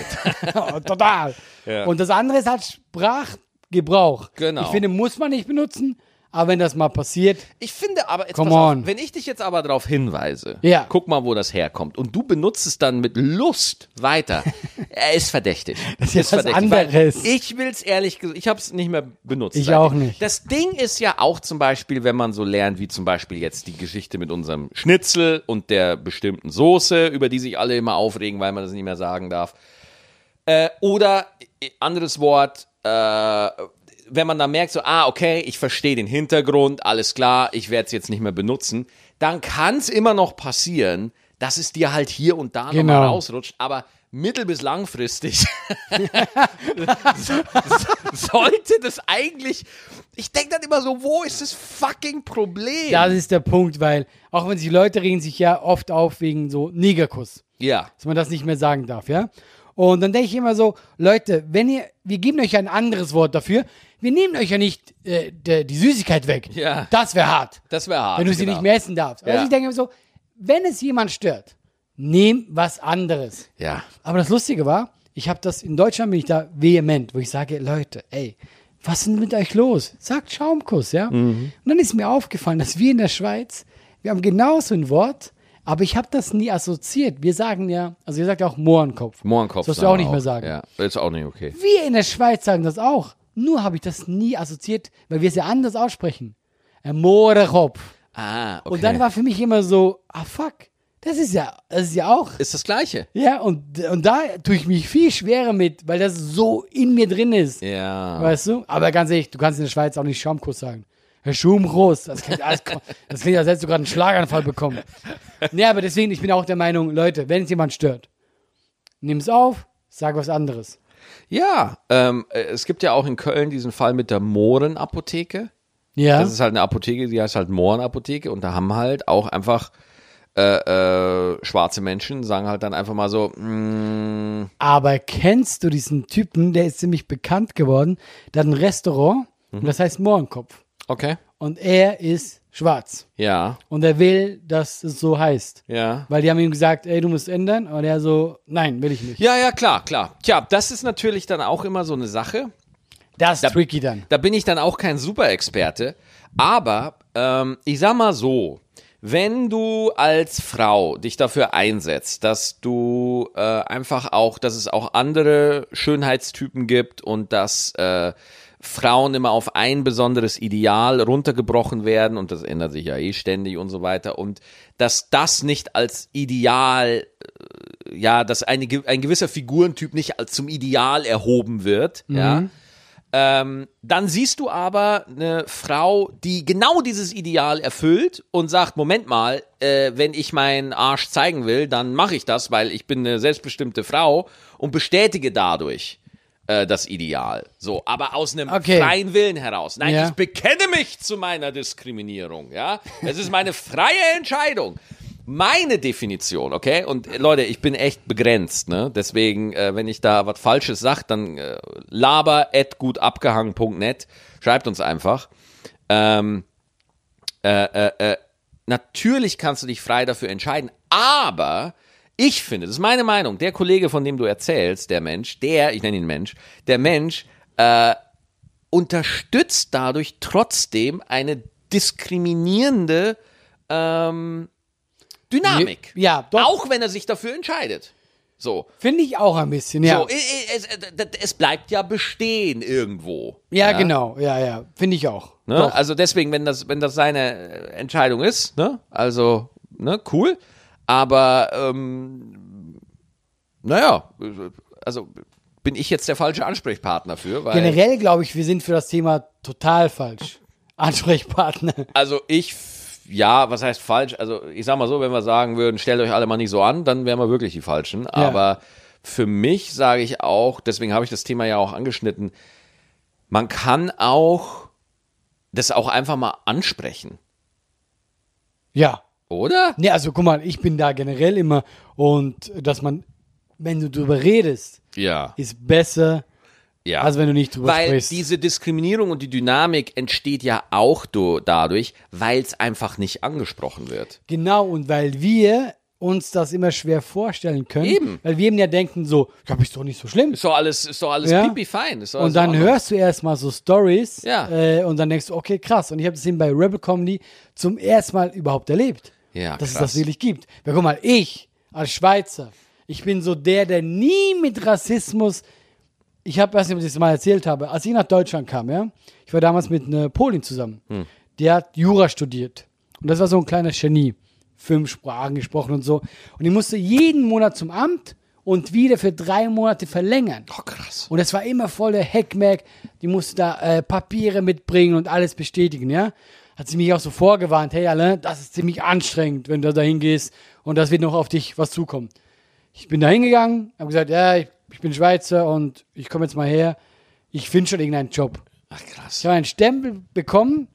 S2: Ja, Total.
S1: Ja.
S2: Und das andere ist halt Sprachgebrauch.
S1: Genau.
S2: Ich finde, muss man nicht benutzen, aber wenn das mal passiert,
S1: Ich finde aber, jetzt
S2: Come
S1: pass auf,
S2: on.
S1: wenn ich dich jetzt aber darauf hinweise,
S2: Ja.
S1: guck mal, wo das herkommt, und du benutzt es dann mit Lust
S2: [LAUGHS]
S1: weiter, er ist verdächtig. Das
S2: ist ja was anderes.
S1: Ich will's ehrlich gesagt, ich habe es nicht mehr benutzt.
S2: Ich
S1: seitdem.
S2: auch nicht.
S1: Das Ding ist ja auch zum Beispiel, wenn man so lernt, wie zum Beispiel jetzt die Geschichte mit unserem Schnitzel und der bestimmten Soße, über die sich alle immer aufregen, weil man das nicht mehr sagen darf. Äh, oder äh, anderes Wort, äh, wenn man dann merkt, so, ah, okay, ich verstehe den Hintergrund, alles klar, ich werde es jetzt nicht mehr benutzen, dann kann es immer noch passieren, dass es dir halt hier und da
S2: Genau.
S1: nochmal rausrutscht, aber mittel- bis langfristig [LAUGHS] sollte das eigentlich. Ich denke dann immer so, wo ist das fucking Problem?
S2: das ist der Punkt, weil auch wenn sich Leute regen sich ja oft auf wegen so Negerkuss,
S1: ja.
S2: dass man das nicht mehr sagen darf, ja? Und dann denke ich immer so, Leute, wenn ihr, wir geben euch ein anderes Wort dafür, wir nehmen euch ja nicht äh, de- die Süßigkeit weg.
S1: Ja.
S2: Das wäre hart.
S1: Das wäre hart.
S2: wenn du sie
S1: genau.
S2: nicht mehr essen darfst.
S1: Ja.
S2: Also ich denke mir so, wenn es jemand stört, nehm was anderes.
S1: Ja.
S2: Aber das Lustige war, ich habe das in Deutschland bin ich da vehement, wo ich sage, Leute, ey, was ist denn mit euch los? Sagt Schaumkuss, ja?
S1: Mhm.
S2: Und dann ist mir aufgefallen, dass wir in der Schweiz, wir haben genau so ein Wort, aber ich habe das nie assoziiert. Wir sagen ja, also ihr sagt ja auch Mohrenkopf.
S1: Mohrenkopf.
S2: Sollst du
S1: sagen
S2: auch
S1: wir
S2: nicht mehr sagen.
S1: Ja, ist auch nicht okay.
S2: Wir in der Schweiz sagen das auch. Nur habe ich das nie assoziiert, weil wir es ja anders aussprechen. Ein Mohrenkopf.
S1: Ah, okay.
S2: Und dann war für mich immer so, ah fuck, das ist ja, das ist ja auch
S1: ist das Gleiche.
S2: ja, und, und da tue ich mich viel schwerer mit, weil das so in mir drin ist.
S1: Ja.
S2: Weißt du? Aber ganz ehrlich, du kannst in der Schweiz auch nicht Schaumkuss sagen. Herr Schumkuss, das klingt, alles,
S1: [LAUGHS]
S2: das klingt, als hättest du gerade einen Schlaganfall bekommen. Nee, aber deswegen, ich bin auch der Meinung, Leute, wenn es jemand stört, nimm es auf, sag was anderes.
S1: Ja, ähm, äh, es gibt ja auch in Köln diesen Fall mit der Mohrenapotheke.
S2: Ja.
S1: Das ist halt eine Apotheke, die heißt halt Mohrenapotheke und da haben halt auch einfach äh, äh, schwarze Menschen sagen halt dann einfach mal so, mm,
S2: Aber kennst du diesen Typen, der ist ziemlich bekannt geworden, der hat ein Restaurant,
S1: Mhm.
S2: und das heißt Mohrenkopf.
S1: okay,
S2: Und er ist schwarz.
S1: ja,
S2: Und er will, dass es so heißt.
S1: ja.
S2: Weil die haben ihm gesagt, ey, du musst ändern. Und er so, nein, will ich nicht.
S1: Ja, ja, klar, klar. Tja, das ist natürlich dann auch immer so eine Sache.
S2: Das ist tricky dann.
S1: Da bin ich dann auch kein Superexperte. Aber ähm, ich sag mal so, wenn du als Frau dich dafür einsetzt, dass du äh, einfach auch, dass es auch andere Schönheitstypen gibt und dass äh, Frauen immer auf ein besonderes Ideal runtergebrochen werden und das ändert sich ja eh ständig und so weiter und dass das nicht als Ideal ja, dass eine, ge- ein gewisser Figurentyp nicht als zum Ideal erhoben wird, ja. Ähm, dann siehst du aber eine Frau, die genau dieses Ideal erfüllt und sagt, Moment mal, äh, wenn ich meinen Arsch zeigen will, dann mache ich das, weil ich bin eine selbstbestimmte Frau und bestätige dadurch äh, das Ideal. So, aber aus einem
S2: Okay.
S1: freien Willen heraus. Nein,
S2: Ja.
S1: ich bekenne mich zu meiner Diskriminierung, ja. Es ist meine freie Entscheidung. Meine Definition, okay? Und äh, Leute, ich bin echt begrenzt, ne? Deswegen, äh, wenn ich da was Falsches sage, dann äh, laber.gutabgehangen.net. Schreibt uns einfach. Ähm, äh, natürlich kannst du dich frei dafür entscheiden, aber ich finde, das ist meine Meinung, der Kollege, von dem du erzählst, der Mensch, der, ich nenne ihn Mensch, der Mensch äh, unterstützt dadurch trotzdem eine diskriminierende ähm, Dynamik.
S2: Ja, doch.
S1: Auch wenn er sich dafür entscheidet. So.
S2: Finde ich auch ein bisschen, ja.
S1: so i- i- es, äh, es bleibt ja bestehen irgendwo.
S2: ja, genau. Ja, ja. Finde ich auch.
S1: Ne? Also deswegen, wenn das, wenn das seine äh, Entscheidung ist, ne? Also, ne, cool. Aber ähm, naja, äh, also bin ich jetzt der falsche Ansprechpartner für, weil
S2: Generell glaube ich, wir sind für das Thema total falsch. Ansprechpartner.
S1: also ich f- ja, was heißt falsch? Also ich sag mal so, wenn wir sagen würden, stellt euch alle mal nicht so an, dann wären wir wirklich die Falschen. Aber für mich sage ich auch, deswegen habe ich das Thema ja auch angeschnitten, man kann auch das auch einfach mal ansprechen,
S2: Ja.
S1: oder?
S2: Nee, also guck mal, ich bin da generell immer. Und dass man, wenn du drüber redest,
S1: Ja.
S2: ist besser,
S1: Ja.
S2: als Also wenn du nicht drüber
S1: weil
S2: sprichst.
S1: diese Diskriminierung und die Dynamik entsteht ja auch du, dadurch, weil es einfach nicht angesprochen wird.
S2: Genau, und weil wir uns das immer schwer vorstellen können.
S1: Eben.
S2: Weil wir eben ja denken so, ja, ist doch nicht so schlimm.
S1: Ist doch alles, ist doch alles
S2: Ja.
S1: pipi fein. Ist doch alles
S2: Und dann
S1: in Ordnung.
S2: hörst du erstmal so Stories
S1: Ja.
S2: äh, und dann denkst du, okay, krass. Und ich habe das eben bei Rebel Comedy zum ersten Mal überhaupt erlebt,
S1: Ja,
S2: dass es
S1: krass.
S2: das wirklich gibt. Weil guck mal, ich als Schweizer, ich bin so der, der nie mit Rassismus, ich habe, weiß nicht, ob ich das mal erzählt habe, als ich nach Deutschland kam, ja, ich war damals mit einer Polin zusammen,
S1: Hm.
S2: die hat Jura studiert. Und das war so ein kleiner Genie. Fünf Sprachen gesprochen und so. Und ich musste jeden Monat zum Amt und wieder für drei Monate verlängern.
S1: Oh, krass.
S2: Und es war immer voll der Heckmeck. Die musste da äh, Papiere mitbringen und alles bestätigen, ja. Hat sie mich auch so vorgewarnt, hey Alain, das ist ziemlich anstrengend, wenn du da hingehst und das wird noch auf dich was zukommen. Ich bin da hingegangen, habe gesagt, ja, ich, ich bin Schweizer und ich komme jetzt mal her. Ich finde schon irgendeinen Job.
S1: Ach,
S2: Ich
S1: krass.
S2: habe einen Stempel bekommen,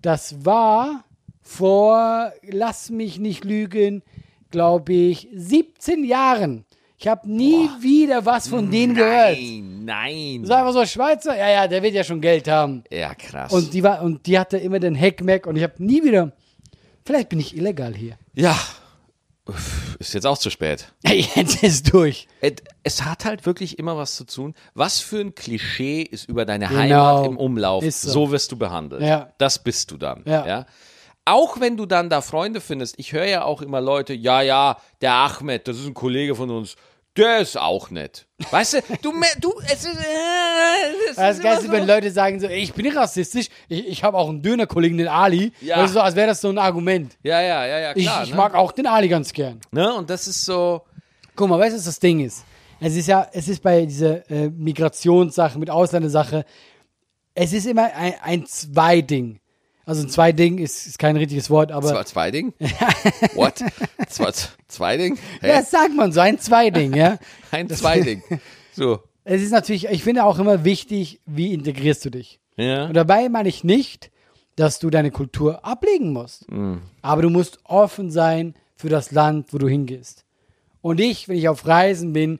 S2: das war vor, lass mich nicht lügen, glaube ich, 17 Jahren. Ich Ich habe nie wieder was von denen gehört.
S1: Nein, nein.
S2: Das war einfach so Schweizer. Ja, ja, der wird ja schon Geld haben.
S1: Ja, krass.
S2: Und die war und die hatte immer den Heckmeck und ich habe nie wieder. Vielleicht bin ich illegal hier. [LAUGHS]
S1: ja. Uff, Ist jetzt auch zu spät.
S2: Ey, Jetzt ist durch.
S1: Et- Es hat halt wirklich immer was zu tun. Was für ein Klischee ist über deine
S2: Genau.
S1: Heimat im Umlauf?
S2: Ist so.
S1: so. wirst du behandelt.
S2: Ja.
S1: Das bist du dann.
S2: Ja.
S1: Auch wenn du dann da Freunde findest, ich höre ja auch immer Leute, ja, ja, der Ahmed, das ist ein Kollege von uns, der ist auch nett. Weißt du, du, mer- du, es ist, äh, es
S2: Das
S1: ist immer
S2: Geilste,
S1: so.
S2: Also, wenn Leute sagen so, ey, ich bin nicht rassistisch, ich, ich habe auch einen Dönerkollegen, den Ali.
S1: Ja.
S2: Das ist so, als wäre das so ein Argument.
S1: Ja, ja, ja, ja,
S2: Ich,
S1: klar.
S2: ich
S1: ne?
S2: mag auch den Ali ganz gern.
S1: Ne? Und das ist so,
S2: Guck mal, weißt du, was das Ding ist? Es ist ja, es ist bei dieser äh, Migrationssache mit Ausländersache, es ist immer ein, ein Zwei-Ding. Also ein Zwei-Ding ist, ist kein richtiges Wort, aber
S1: Zwei,
S2: [LAUGHS]
S1: Zweiding? What? Zwei, Zweiding?
S2: ja,
S1: Hä?
S2: das sagt man so, ein Zwei-Ding, ja.
S1: Ein
S2: [LAUGHS]
S1: Zweiding. So.
S2: Es ist natürlich, ich finde auch immer wichtig, wie integrierst du dich.
S1: Ja.
S2: Und dabei meine ich nicht, dass du deine Kultur ablegen musst. Aber du musst offen sein für das Land, wo du hingehst. Und ich, wenn ich auf Reisen bin,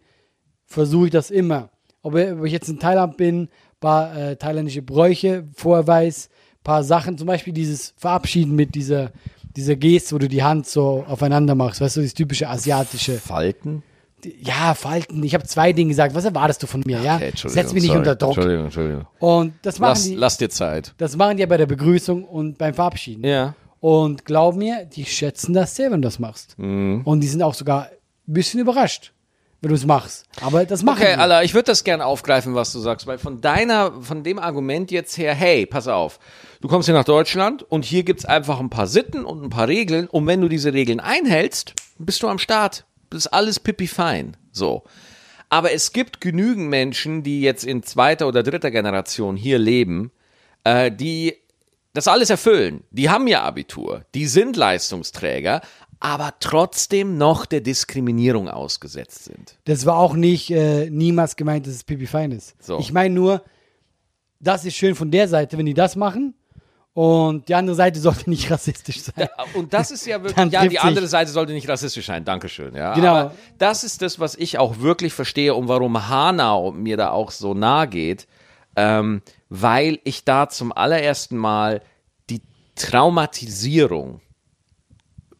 S2: versuche ich das immer. Ob, ob ich jetzt in Thailand bin, paar äh, thailändische Bräuche vorher weiß, paar Sachen, zum Beispiel dieses Verabschieden mit dieser, dieser Geste, wo du die Hand so aufeinander machst, weißt du, dieses typische asiatische.
S1: Falten?
S2: Ja, Falten, ich habe zwei Dinge gesagt, was erwartest du von mir, ja?
S1: Okay, Entschuldigung.
S2: Ah, Setz mich nicht
S1: sorry.
S2: unter Druck.
S1: Entschuldigung, Entschuldigung.
S2: Und das machen
S1: Lass,
S2: die.
S1: lass dir Zeit.
S2: Das machen die ja bei der Begrüßung und beim Verabschieden.
S1: Ja.
S2: Und glaub mir, die schätzen das sehr, wenn du das machst.
S1: Mhm.
S2: Und die sind auch sogar ein bisschen überrascht, wenn du es machst. Aber das machen
S1: Okay,
S2: die.
S1: Alla, ich würde das gerne aufgreifen, was du sagst, weil von deiner, von dem Argument jetzt her, hey, pass auf, du kommst hier nach Deutschland und hier gibt's einfach ein paar Sitten und ein paar Regeln und wenn du diese Regeln einhältst, bist du am Start. Das ist alles pippifein. So. Aber es gibt genügend Menschen, die jetzt in zweiter oder dritter Generation hier leben, äh, die das alles erfüllen. Die haben ja Abitur, die sind Leistungsträger, aber trotzdem noch der Diskriminierung ausgesetzt sind.
S2: Das war auch nicht äh, niemals gemeint, dass es Pipi Fein ist.
S1: So.
S2: Ich meine nur, das ist schön von der Seite, wenn die das machen. Und die andere Seite sollte nicht [LAUGHS] rassistisch sein.
S1: Und das
S2: [LAUGHS]
S1: ist ja wirklich,
S2: Dann
S1: ja,
S2: trifft
S1: die
S2: sich-
S1: andere Seite sollte nicht rassistisch sein, Dankeschön. Ja,
S2: Genau.
S1: Aber das ist das, was ich auch wirklich verstehe und warum Hanau mir da auch so nahe geht, ähm, weil ich da zum allerersten Mal die Traumatisierung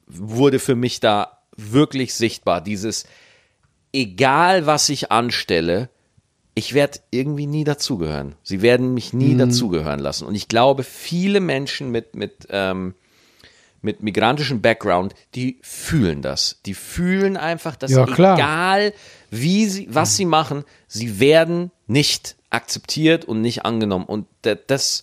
S1: wurde für mich da wirklich sichtbar. Dieses, egal was ich anstelle, ich werde irgendwie nie dazugehören. Sie werden mich
S2: Mhm.
S1: nie dazugehören lassen. Und ich glaube, viele Menschen mit, mit, ähm, mit migrantischem Background, die fühlen das. Die fühlen einfach, dass
S2: Ja, klar.
S1: egal wie sie, was sie machen, sie werden nicht akzeptiert und nicht angenommen. Und da- das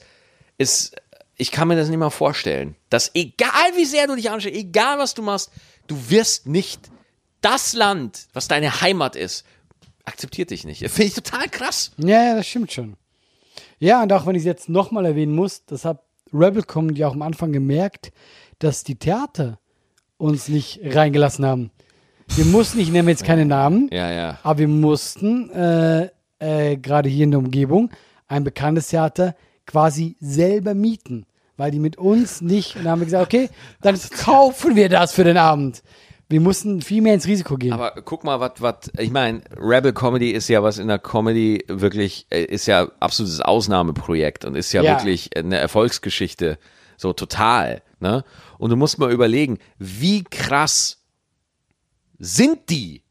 S1: ist, ich kann mir das nicht mal vorstellen, dass egal wie sehr du dich anstrengst, egal was du machst, du wirst nicht das Land, was deine Heimat ist, akzeptiert dich nicht. Finde ich total krass.
S2: Ja, ja, das stimmt schon. Ja, und auch wenn ich es jetzt nochmal erwähnen muss, das hat Rebel Comedy auch am Anfang gemerkt, dass die Theater uns nicht reingelassen haben. Wir mussten, ich nenne jetzt keine Namen,
S1: Ja, ja.
S2: aber wir mussten äh, äh, gerade hier in der Umgebung ein bekanntes Theater quasi selber mieten, weil die mit uns nicht, und dann haben wir gesagt, okay, dann kaufen wir das für den Abend. Wir mussten viel mehr ins Risiko gehen.
S1: Mhm. Aber guck mal, was, was, ich meine, Rebel Comedy ist ja was in der Comedy wirklich, äh, ist ja absolutes Ausnahmeprojekt und ist ja,
S2: Ja.
S1: wirklich eine Erfolgsgeschichte, so total, ne? Und du musst mal überlegen, wie krass sind die?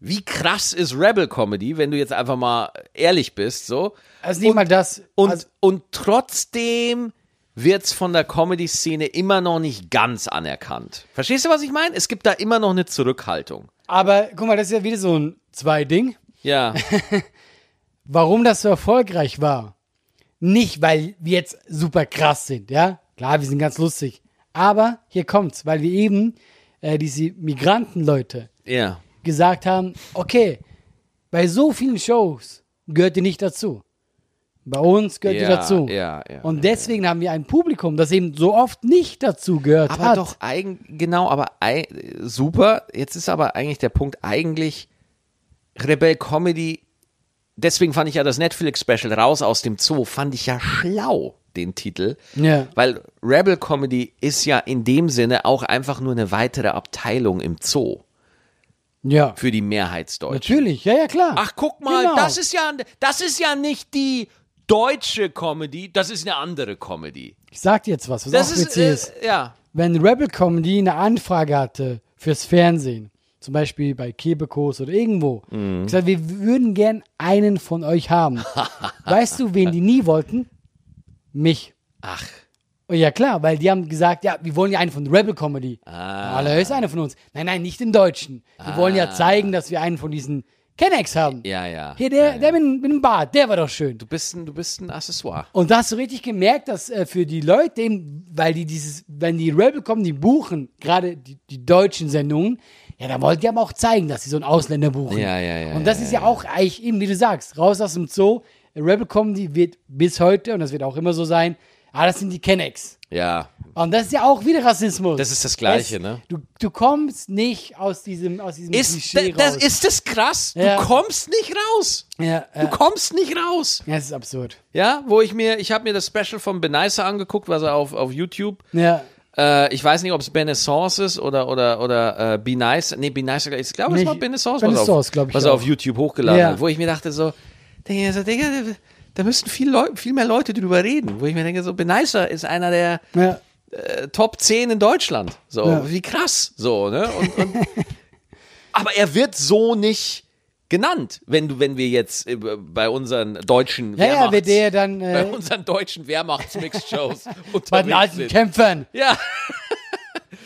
S1: Wie krass ist Rebel Comedy, wenn du jetzt einfach mal ehrlich bist, so?
S2: also nicht mal das.
S1: Und,
S2: also,
S1: und trotzdem wird's von der Comedy-Szene immer noch nicht ganz anerkannt. Verstehst du, was ich meine? Es gibt da immer noch eine Zurückhaltung.
S2: aber guck mal, das ist ja wieder so ein Zwei-Ding.
S1: Ja,
S2: warum das so erfolgreich war. Nicht, weil wir jetzt super krass sind, ja. Klar, wir sind ganz lustig. Aber hier kommt's, weil wir eben äh, diese Migrantenleute
S1: ja.
S2: gesagt haben, okay, bei so vielen Shows gehört ihr nicht dazu. Bei uns gehört ihr
S1: Ja,
S2: dazu.
S1: ja, ja,
S2: Und deswegen haben wir ein Publikum, das eben so oft nicht dazu gehört
S1: Aber
S2: hat.
S1: doch, eigen, genau, aber ei, super. Jetzt ist aber eigentlich der Punkt, eigentlich Rebell Comedy, deswegen fand ich ja das Netflix-Special Raus aus dem Zoo, fand ich ja schlau, den Titel.
S2: Ja.
S1: Weil Rebel Comedy ist ja in dem Sinne auch einfach nur eine weitere Abteilung im Zoo.
S2: Ja.
S1: für die Mehrheitsdeutschen.
S2: Natürlich, ja, ja, klar.
S1: Ach, guck mal,
S2: Genau.
S1: das ist ja das ist ja nicht die deutsche Comedy, das ist eine andere Comedy.
S2: Ich sag dir jetzt was, was
S1: Das
S2: auch
S1: ist,
S2: witzig
S1: äh,
S2: ist.
S1: ja.
S2: Wenn Rebel Comedy eine Anfrage hatte fürs Fernsehen, zum Beispiel bei Kebekos oder irgendwo,
S1: Mhm.
S2: gesagt, wir würden gern einen von
S1: [LAUGHS]
S2: euch haben. weißt du, wen die nie wollten? Mich.
S1: Ach,
S2: Und ja klar, weil die haben gesagt, ja, wir wollen ja einen von Rebel Comedy.
S1: Ah.
S2: Alle ist einer von uns. Nein, nein, nicht den Deutschen. Wir wollen ja zeigen, dass wir einen von diesen Kennex haben.
S1: ja, ja.
S2: Hier, der,
S1: ja, ja.
S2: der mit, mit dem Bart, der war doch schön.
S1: Du bist ein, du bist ein Accessoire.
S2: Und da hast du richtig gemerkt, dass äh, für die Leute, eben, weil die dieses, wenn die Rebel kommen, die buchen, gerade die, die deutschen Sendungen, ja, da wollt ihr aber auch zeigen, dass sie so einen Ausländer buchen.
S1: Ja, ja, ja,
S2: Und das
S1: ja,
S2: ist ja, auch eigentlich eben, wie du sagst, raus aus dem Zoo. Rebel Comedy wird bis heute, und das wird auch immer so sein, ah, das sind die Kennex.
S1: Ja.
S2: Und das ist ja auch wieder Rassismus.
S1: Das ist das Gleiche,
S2: Es-
S1: ne?
S2: Du, du kommst nicht aus diesem, aus diesem
S1: Ist da-
S2: Klischee
S1: das
S2: raus.
S1: ist das krass?
S2: Ja.
S1: Du kommst nicht raus.
S2: ja,
S1: Du
S2: ja.
S1: kommst nicht raus.
S2: ja, es ist absurd.
S1: Ja, wo ich mir, ich habe mir das Special von Benicer angeguckt, was er auf, auf YouTube.
S2: Ja.
S1: Äh, ich weiß nicht, ob es Benessence ist oder oder oder äh, Be Nice. Nee, Be Nice, ich glaube, es
S2: Nee,
S1: war
S2: ich-
S1: Benessence,
S2: Be
S1: was, er
S2: Nice,
S1: auf,
S2: glaub ich
S1: was er
S2: auch.
S1: auf YouTube hochgeladen
S2: Ja.
S1: hat, wo ich mir dachte so, denke ich mir so, Digga, da müssten viel, Leu viel mehr Leute drüber reden, wo ich mir denke so, Benicer ist einer der
S2: ja.
S1: äh, Top 10 in Deutschland. So,
S2: Ja.
S1: wie krass. So, ne? Und, und,
S2: [LAUGHS]
S1: aber er wird so nicht genannt, wenn du, wenn wir jetzt äh, bei unseren deutschen
S2: Ja, ja,
S1: Wehrmachts-
S2: wer der dann äh,
S1: bei unseren deutschen Wehrmachts-Mix-Shows
S2: [LAUGHS] bei den
S1: unterwegs
S2: alten
S1: sind.
S2: Kämpfern.
S1: Ja,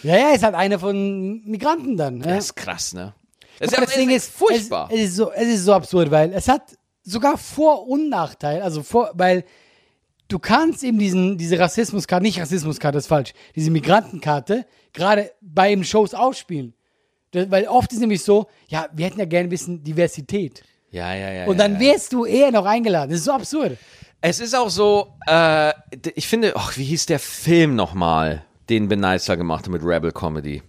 S2: Ja, ja, ist halt einer von Migranten dann. Ne?
S1: das ist krass, ne? Das,
S2: Aber
S1: ist, das Ding ist furchtbar.
S2: Es, es, ist so, es ist so absurd, weil es hat sogar Vor- und Nachteil. Also, vor, weil du kannst eben diesen, diese Rassismuskarte, nicht Rassismuskarte, das ist falsch, diese Migrantenkarte gerade bei eben Shows ausspielen. Das, weil oft ist nämlich so, ja, wir hätten ja gerne ein bisschen Diversität.
S1: ja, ja, ja.
S2: Und
S1: ja,
S2: dann
S1: ja.
S2: wärst du eher noch eingeladen. Das ist so absurd.
S1: Es ist auch so, äh, d- ich finde, ach, wie hieß der Film nochmal, den Benicer gemacht hat mit Rebel Comedy?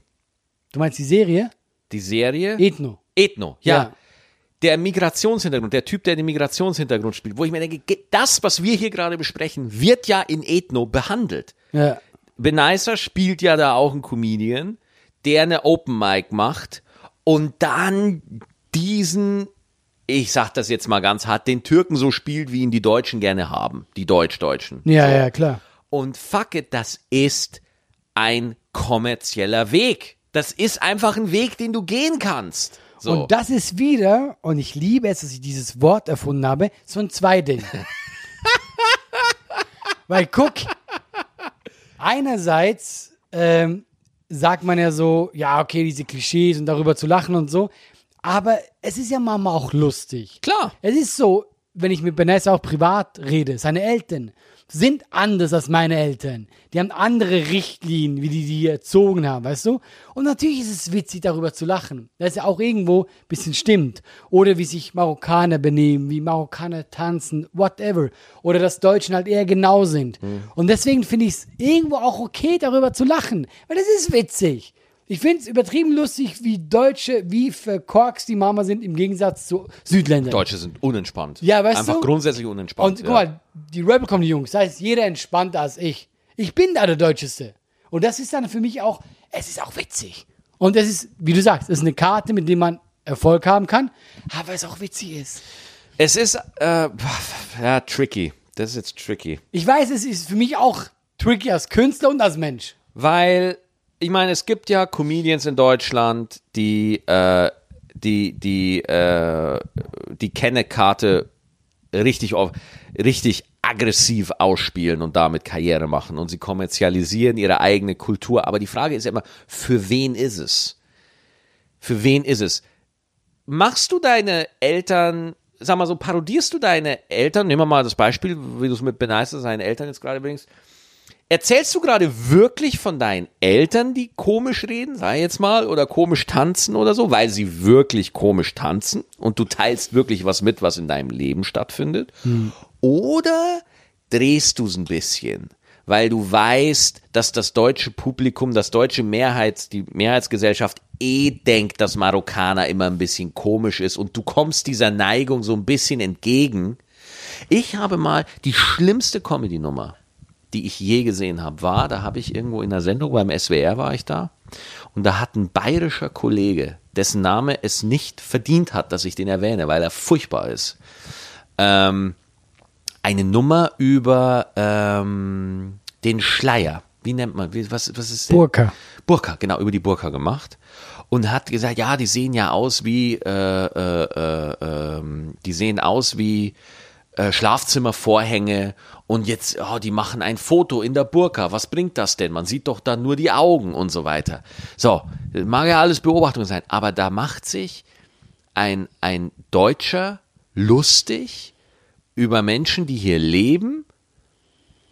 S2: Du meinst die Serie?
S1: Die Serie?
S2: Ethno.
S1: Ethno, ja. Der Migrationshintergrund, der Typ, der den Migrationshintergrund spielt, wo ich mir denke, ge- das, was wir hier gerade besprechen, wird ja in Ethno behandelt.
S2: Ja. ja.
S1: Benicer spielt ja da auch einen Comedian, der eine Open Mic macht und dann diesen, ich sag das jetzt mal ganz hart, den Türken so spielt, wie ihn die Deutschen gerne haben, die Deutsch-Deutschen.
S2: Ja,
S1: so.
S2: ja, klar.
S1: Und fuck it, das ist ein kommerzieller Weg. Das ist einfach ein Weg, den du gehen kannst. So.
S2: Und das ist wieder, und ich liebe es, dass ich dieses Wort erfunden habe, so
S1: [LAUGHS]
S2: ein Zweiding. Weil guck, einerseits ähm, sagt man ja so, ja, okay, diese Klischees und darüber zu lachen und so, aber es ist ja manchmal auch lustig.
S1: Klar.
S2: Es ist so, wenn ich mit Vanessa auch privat rede, seine Eltern sind anders als meine Eltern. Die haben andere Richtlinien, wie die die erzogen haben, weißt du? Und natürlich ist es witzig, darüber zu lachen. Das ist ja auch irgendwo ein bisschen stimmt. Oder wie sich Marokkaner benehmen, wie Marokkaner tanzen, whatever. Oder dass Deutschen halt eher genau sind. Und deswegen finde ich es irgendwo auch okay, darüber zu lachen. Weil das ist witzig. Ich finde es übertrieben lustig, wie Deutsche, wie verkorkst die Mama sind im Gegensatz zu Südländern.
S1: Deutsche sind unentspannt.
S2: Ja, weißt
S1: Einfach
S2: du?
S1: grundsätzlich unentspannt.
S2: Und
S1: ja.
S2: guck mal, die Rebel kommen die Jungs, das heißt, jeder entspannter als ich. Ich bin da der Deutscheste. Und das ist dann für mich auch, es ist auch witzig. Und es ist, wie du sagst, es ist eine Karte, mit der man Erfolg haben kann, aber es auch witzig ist.
S1: Es ist äh, [LAUGHS] ja tricky. Das ist jetzt tricky,
S2: Ich weiß, es ist für mich auch tricky als Künstler und als Mensch.
S1: weil ich meine, es gibt ja Comedians in Deutschland, die äh, die die äh, die Kennekarte richtig auf, richtig aggressiv ausspielen und damit Karriere machen und sie kommerzialisieren ihre eigene Kultur. Aber die Frage ist ja immer, für wen ist es? Für wen ist es? machst du deine Eltern, sag mal so, parodierst du deine Eltern, nehmen wir mal das Beispiel, wie du es mit Benice seinen Eltern jetzt gerade bringst, erzählst du gerade wirklich von deinen Eltern, die komisch reden, sei jetzt mal, oder komisch tanzen oder so, weil sie wirklich komisch tanzen und du teilst wirklich was mit, was in deinem Leben stattfindet? Oder drehst du es ein bisschen? Weil du weißt, dass das deutsche Publikum, das deutsche Mehrheits, die Mehrheitsgesellschaft eh denkt, dass Marokkaner immer ein bisschen komisch ist und du kommst dieser Neigung so ein bisschen entgegen. Ich habe mal die schlimmste Comedy-Nummer, die ich je gesehen habe, war, da habe ich irgendwo in der Sendung beim SWR war ich da und da hat ein bayerischer Kollege dessen Name es nicht verdient hat, dass ich den erwähne, weil er furchtbar ist. Ähm, eine Nummer über ähm, den Schleier. Wie nennt man, wie, was, was ist der?
S2: Burka.
S1: Burka, genau, über die Burka gemacht. Und hat gesagt, ja, die sehen ja aus wie, äh, äh, äh, ähm, die sehen aus wie äh, Schlafzimmervorhänge. Und jetzt, oh, die machen ein Foto in der Burka. Was bringt das denn? Man sieht doch dann nur die Augen und so weiter. So, das mag ja alles Beobachtung sein. Aber da macht sich ein, ein Deutscher lustig über Menschen, die hier leben,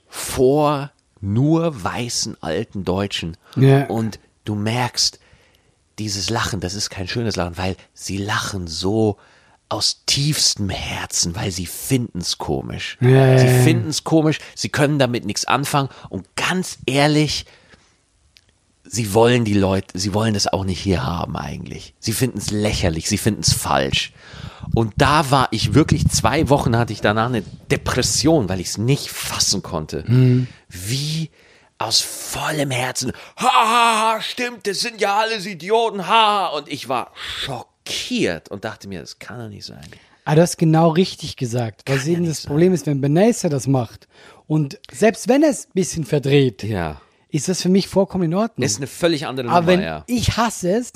S1: vor nur weißen alten Deutschen.
S2: Ja.
S1: Und du merkst, dieses Lachen, das ist kein schönes Lachen, weil sie lachen so aus tiefstem Herzen, weil sie finden es komisch.
S2: Ja.
S1: Sie finden es komisch, sie können damit nichts anfangen und ganz ehrlich, sie wollen die Leute, sie wollen das auch nicht hier haben eigentlich. Sie finden es lächerlich, sie finden es falsch. Und da war ich wirklich zwei Wochen hatte ich danach eine Depression, weil ich es nicht fassen konnte.
S2: Mhm.
S1: Wie aus vollem Herzen, ha, ha, ha, stimmt, das sind ja alles Idioten, ha, ha. und ich war schockiert und dachte mir, das kann doch nicht sein.
S2: Ah, du hast genau richtig gesagt. Was eben das Problem ist, wenn Benacer das macht und selbst wenn er es ein bisschen verdreht,
S1: Ja.
S2: ist das für mich vollkommen in Ordnung.
S1: Ist eine völlig andere Nummer,
S2: Aber wenn
S1: ja.
S2: ich hasse es,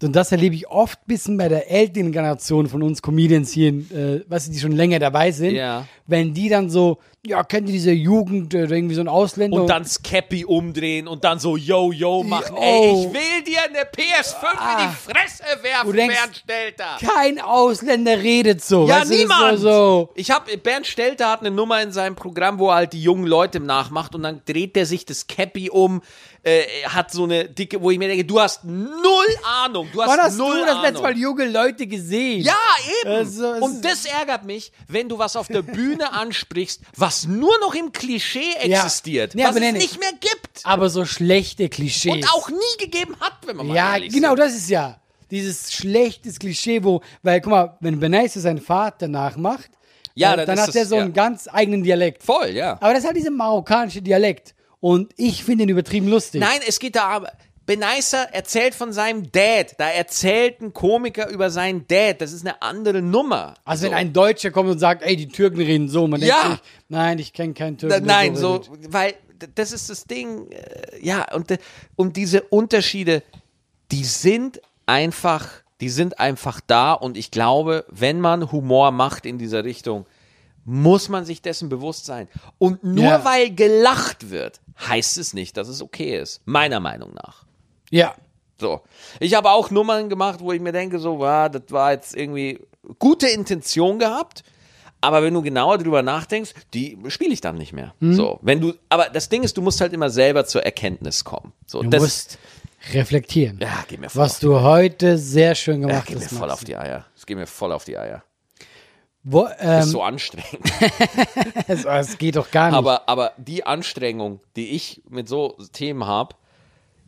S2: und das erlebe ich oft ein bisschen bei der älteren Generation von uns Comedians hier, äh, weißt du, die schon länger dabei sind,
S1: Ja.
S2: wenn die dann so, ja, kennt ihr diese Jugend äh, oder irgendwie so ein Ausländer?
S1: Und dann Scappy umdrehen und dann so yo yo machen.
S2: Yo. Ah.
S1: Ey, ich will dir eine PS5 in die Fresse werfen,
S2: Du denkst-
S1: Bernd Stelter.
S2: kein Ausländer redet so.
S1: Ja,
S2: weißt du, das ist
S1: niemand.
S2: So,
S1: Ich habe Bernd Stelter hat eine Nummer in seinem Programm, wo er halt die jungen Leute nachmacht und dann dreht er sich das Cappy um, äh, hat so eine dicke, wo ich mir denke, du hast null Ahnung, du hast
S2: so. Wann hast du
S1: null
S2: das
S1: Ahnung.
S2: letzte Mal junge Leute gesehen?
S1: Ja, eben.
S2: Also, es-
S1: und das ärgert mich, wenn du was auf der Bühne ansprichst, was nur noch im Klischee existiert,
S2: Nee,
S1: was
S2: aber nee,
S1: es
S2: nee.
S1: nicht mehr gibt.
S2: Aber so schlechte Klischees.
S1: Und auch nie gegeben hat, wenn man mal
S2: Ja,
S1: ehrlich
S2: genau,
S1: sind.
S2: das ist ja dieses schlechtes Klischee, wo, weil guck mal, wenn Benacer seinen Vater nachmacht,
S1: Ja,
S2: äh,
S1: dann
S2: dann,
S1: ist
S2: hat
S1: das-
S2: er so
S1: ja.
S2: einen ganz eigenen Dialekt.
S1: Voll, ja.
S2: Aber das ist halt dieser marokkanische Dialekt. Und ich finde ihn übertrieben lustig.
S1: Nein, es geht da aber. Beneiser erzählt von seinem Dad. Da erzählt ein Komiker über seinen Dad. Das ist eine andere Nummer.
S2: Also
S1: So.
S2: wenn ein Deutscher kommt und sagt, ey, die Türken reden so, man
S1: Ja.
S2: denkt sich, nein, ich kenne keinen Türken.
S1: Da-
S2: der
S1: Nein, so,
S2: redet.
S1: weil d- das ist das Ding. äh, Ja, und, d- und diese Unterschiede, die sind einfach, die sind einfach da. Und ich glaube, wenn man Humor macht in dieser Richtung, muss man sich dessen bewusst sein. Und nur
S2: Ja.
S1: weil gelacht wird, heißt es nicht, dass es okay ist. Meiner Meinung nach.
S2: Ja.
S1: So. Ich habe auch Nummern gemacht, wo ich mir denke, so, wow, das war jetzt irgendwie gute Intention gehabt. Aber wenn du genauer drüber nachdenkst, die spiele ich dann nicht mehr.
S2: Hm?
S1: So, wenn du, aber das Ding ist, du musst halt immer selber zur Erkenntnis kommen. So,
S2: Du
S1: das,
S2: musst reflektieren.
S1: ja, geht mir voll,
S2: was
S1: auf,
S2: du heute sehr schön
S1: ja,
S2: gemacht
S1: geht mir
S2: hast.
S1: voll
S2: Max.
S1: auf die Eier. Es geht mir voll auf die Eier.
S2: Wo,
S1: Ist
S2: ähm,
S1: so anstrengend.
S2: [LAUGHS] es, es geht doch gar nicht.
S1: Aber, aber die Anstrengung, die ich mit so Themen habe,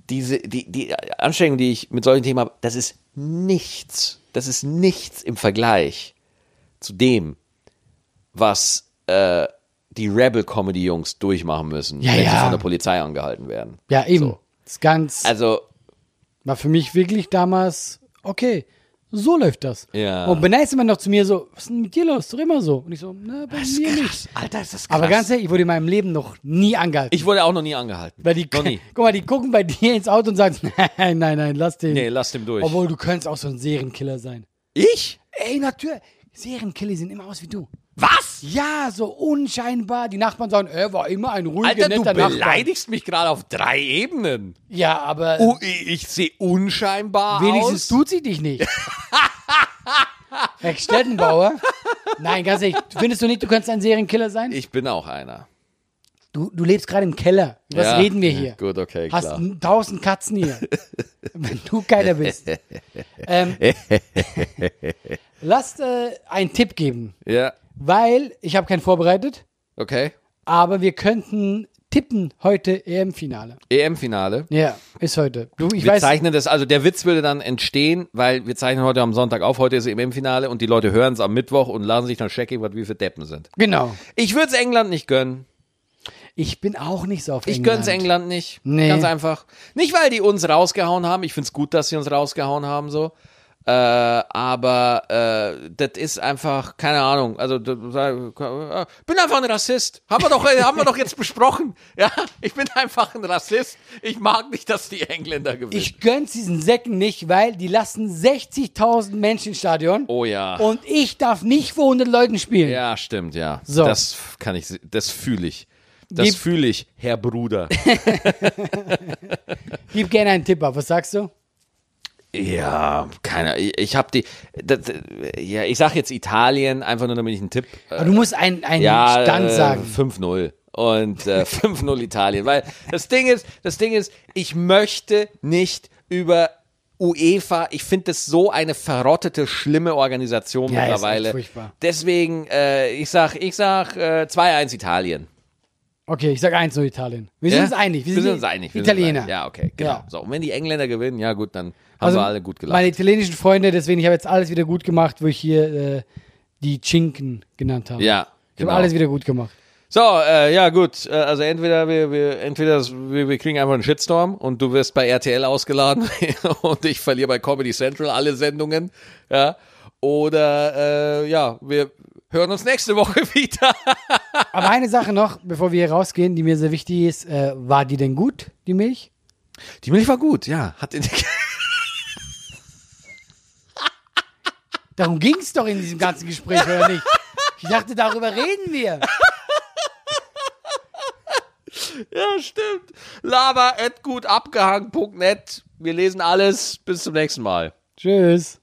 S1: diese, die, die Anstrengung, die ich mit solchen Themen habe, das ist nichts. Das ist nichts im Vergleich zu dem, was äh, die Rebel-Comedy-Jungs durchmachen müssen,
S2: Ja,
S1: wenn sie
S2: ja.
S1: von der Polizei angehalten werden.
S2: ja, eben. Das ist ganz,
S1: Also,
S2: war für mich wirklich damals, okay, so läuft das.
S1: Ja.
S2: Und beneist immer noch zu mir so, was ist denn mit dir los? Doch immer so. Und ich so, ne, bei mir nicht.
S1: Alter, ist das krass.
S2: Aber ganz ehrlich, ich wurde in meinem Leben noch nie angehalten.
S1: ich wurde auch noch nie angehalten.
S2: Weil die,
S1: noch nie.
S2: [LAUGHS] guck mal, die gucken bei dir ins Auto und sagen, [LAUGHS] nein, nein, nein, lass den.
S1: Nee, lass dem durch.
S2: Obwohl, du könntest auch so ein Serienkiller sein.
S1: ich?
S2: Ey, natürlich. Serienkiller sehen immer aus wie du.
S1: Was?
S2: Ja, so unscheinbar. Die Nachbarn sagen, er war immer ein ruhiger,
S1: Alter, du
S2: netter Nachbar.
S1: beleidigst mich gerade auf drei Ebenen.
S2: Ja, aber
S1: Oh, ich ich sehe unscheinbar
S2: wenigstens
S1: aus.
S2: tut sie dich
S1: [LAUGHS]
S2: nicht. Herr Stettenbauer. Nein, ganz ehrlich, findest du nicht, du könntest ein Serienkiller sein?
S1: Ich bin auch einer.
S2: Du, du lebst gerade im Keller. Was
S1: Ja.
S2: reden wir hier?
S1: Gut, okay,
S2: Hast
S1: klar.
S2: n- tausend Katzen
S1: [LAUGHS]
S2: hier. wenn du keiner bist. ähm, lasst äh, einen Tipp geben,
S1: Ja,
S2: weil ich habe keinen vorbereitet,
S1: okay.
S2: aber wir könnten tippen heute EM-Finale.
S1: EM-Finale.
S2: Ja, ist heute. Du, ich
S1: Wir
S2: weiß.
S1: zeichnen das, also der Witz würde dann entstehen, weil wir zeichnen heute am Sonntag auf, heute ist EM-Finale und die Leute hören es am Mittwoch und laden sich dann checken, was wir für Deppen sind.
S2: Genau.
S1: Ich würde es England nicht gönnen.
S2: Ich bin auch nicht so auf
S1: Ich gönn's England nicht.
S2: Nee.
S1: Ganz einfach. Nicht, weil die uns rausgehauen haben. Ich find's gut, dass sie uns rausgehauen haben, so. Äh, aber äh, das ist einfach, keine Ahnung. Also, d- äh, bin einfach ein Rassist. Haben wir, doch, äh, haben wir doch jetzt besprochen. Ja, ich bin einfach ein Rassist. Ich mag nicht, dass die Engländer gewinnen.
S2: Ich gönn's diesen Säcken nicht, weil die lassen 60.000 Menschen ins Stadion
S1: oh ja.
S2: und ich darf nicht vor 100 Leuten spielen.
S1: Ja, stimmt, ja.
S2: So.
S1: Das kann ich, das fühle ich. Das
S2: Gib-
S1: fühle ich, Herr Bruder.
S2: Gib gerne einen Tipp ab, was sagst du?
S1: Ja, keiner. Ich, ich habe die. Das, ja, ich sag jetzt Italien, einfach nur damit ich einen Tipp. Äh,
S2: Aber du musst einen, einen
S1: ja,
S2: Stand
S1: äh,
S2: sagen.
S1: 5-0. Und äh, [LAUGHS] 5-0 Italien. Weil das Ding ist, das Ding ist, ich möchte nicht über UEFA, ich finde das so eine verrottete, schlimme Organisation
S2: Ja, ist echt
S1: mittlerweile.
S2: furchtbar.
S1: Deswegen, äh, ich sag, ich sag äh, 2-1 Italien.
S2: Okay, ich sag eins nur Italien. Wir sind uns einig.
S1: Wir sind uns einig. wir sind uns
S2: Italiener.
S1: einig. Ja, okay, genau.
S2: Ja.
S1: So, und wenn die Engländer gewinnen, ja gut, dann haben
S2: Also
S1: wir alle gut gelacht.
S2: Meine italienischen Freunde, deswegen, ich habe jetzt alles wieder gut gemacht, wo ich hier äh, die Chinken genannt habe.
S1: Ja, genau.
S2: Ich habe alles wieder gut gemacht.
S1: So, äh, ja gut, äh, also entweder wir, wir entweder s- wir, wir kriegen einfach einen Shitstorm und du wirst bei RTL ausgeladen [LAUGHS] und ich verliere bei Comedy Central alle Sendungen, ja, oder äh, ja, wir hören uns nächste Woche [LAUGHS] wieder.
S2: Aber eine Sache noch, bevor wir hier rausgehen, die mir sehr wichtig ist, äh, war die denn gut, die Milch?
S1: Die Milch war gut, ja, hat in
S2: Darum ging es doch in diesem ganzen Gespräch, oder nicht? Ich dachte, darüber reden wir.
S1: [LAUGHS] Ja, stimmt. Lava@gutabgehangen.net. Wir lesen alles. Bis zum nächsten Mal.
S2: Tschüss.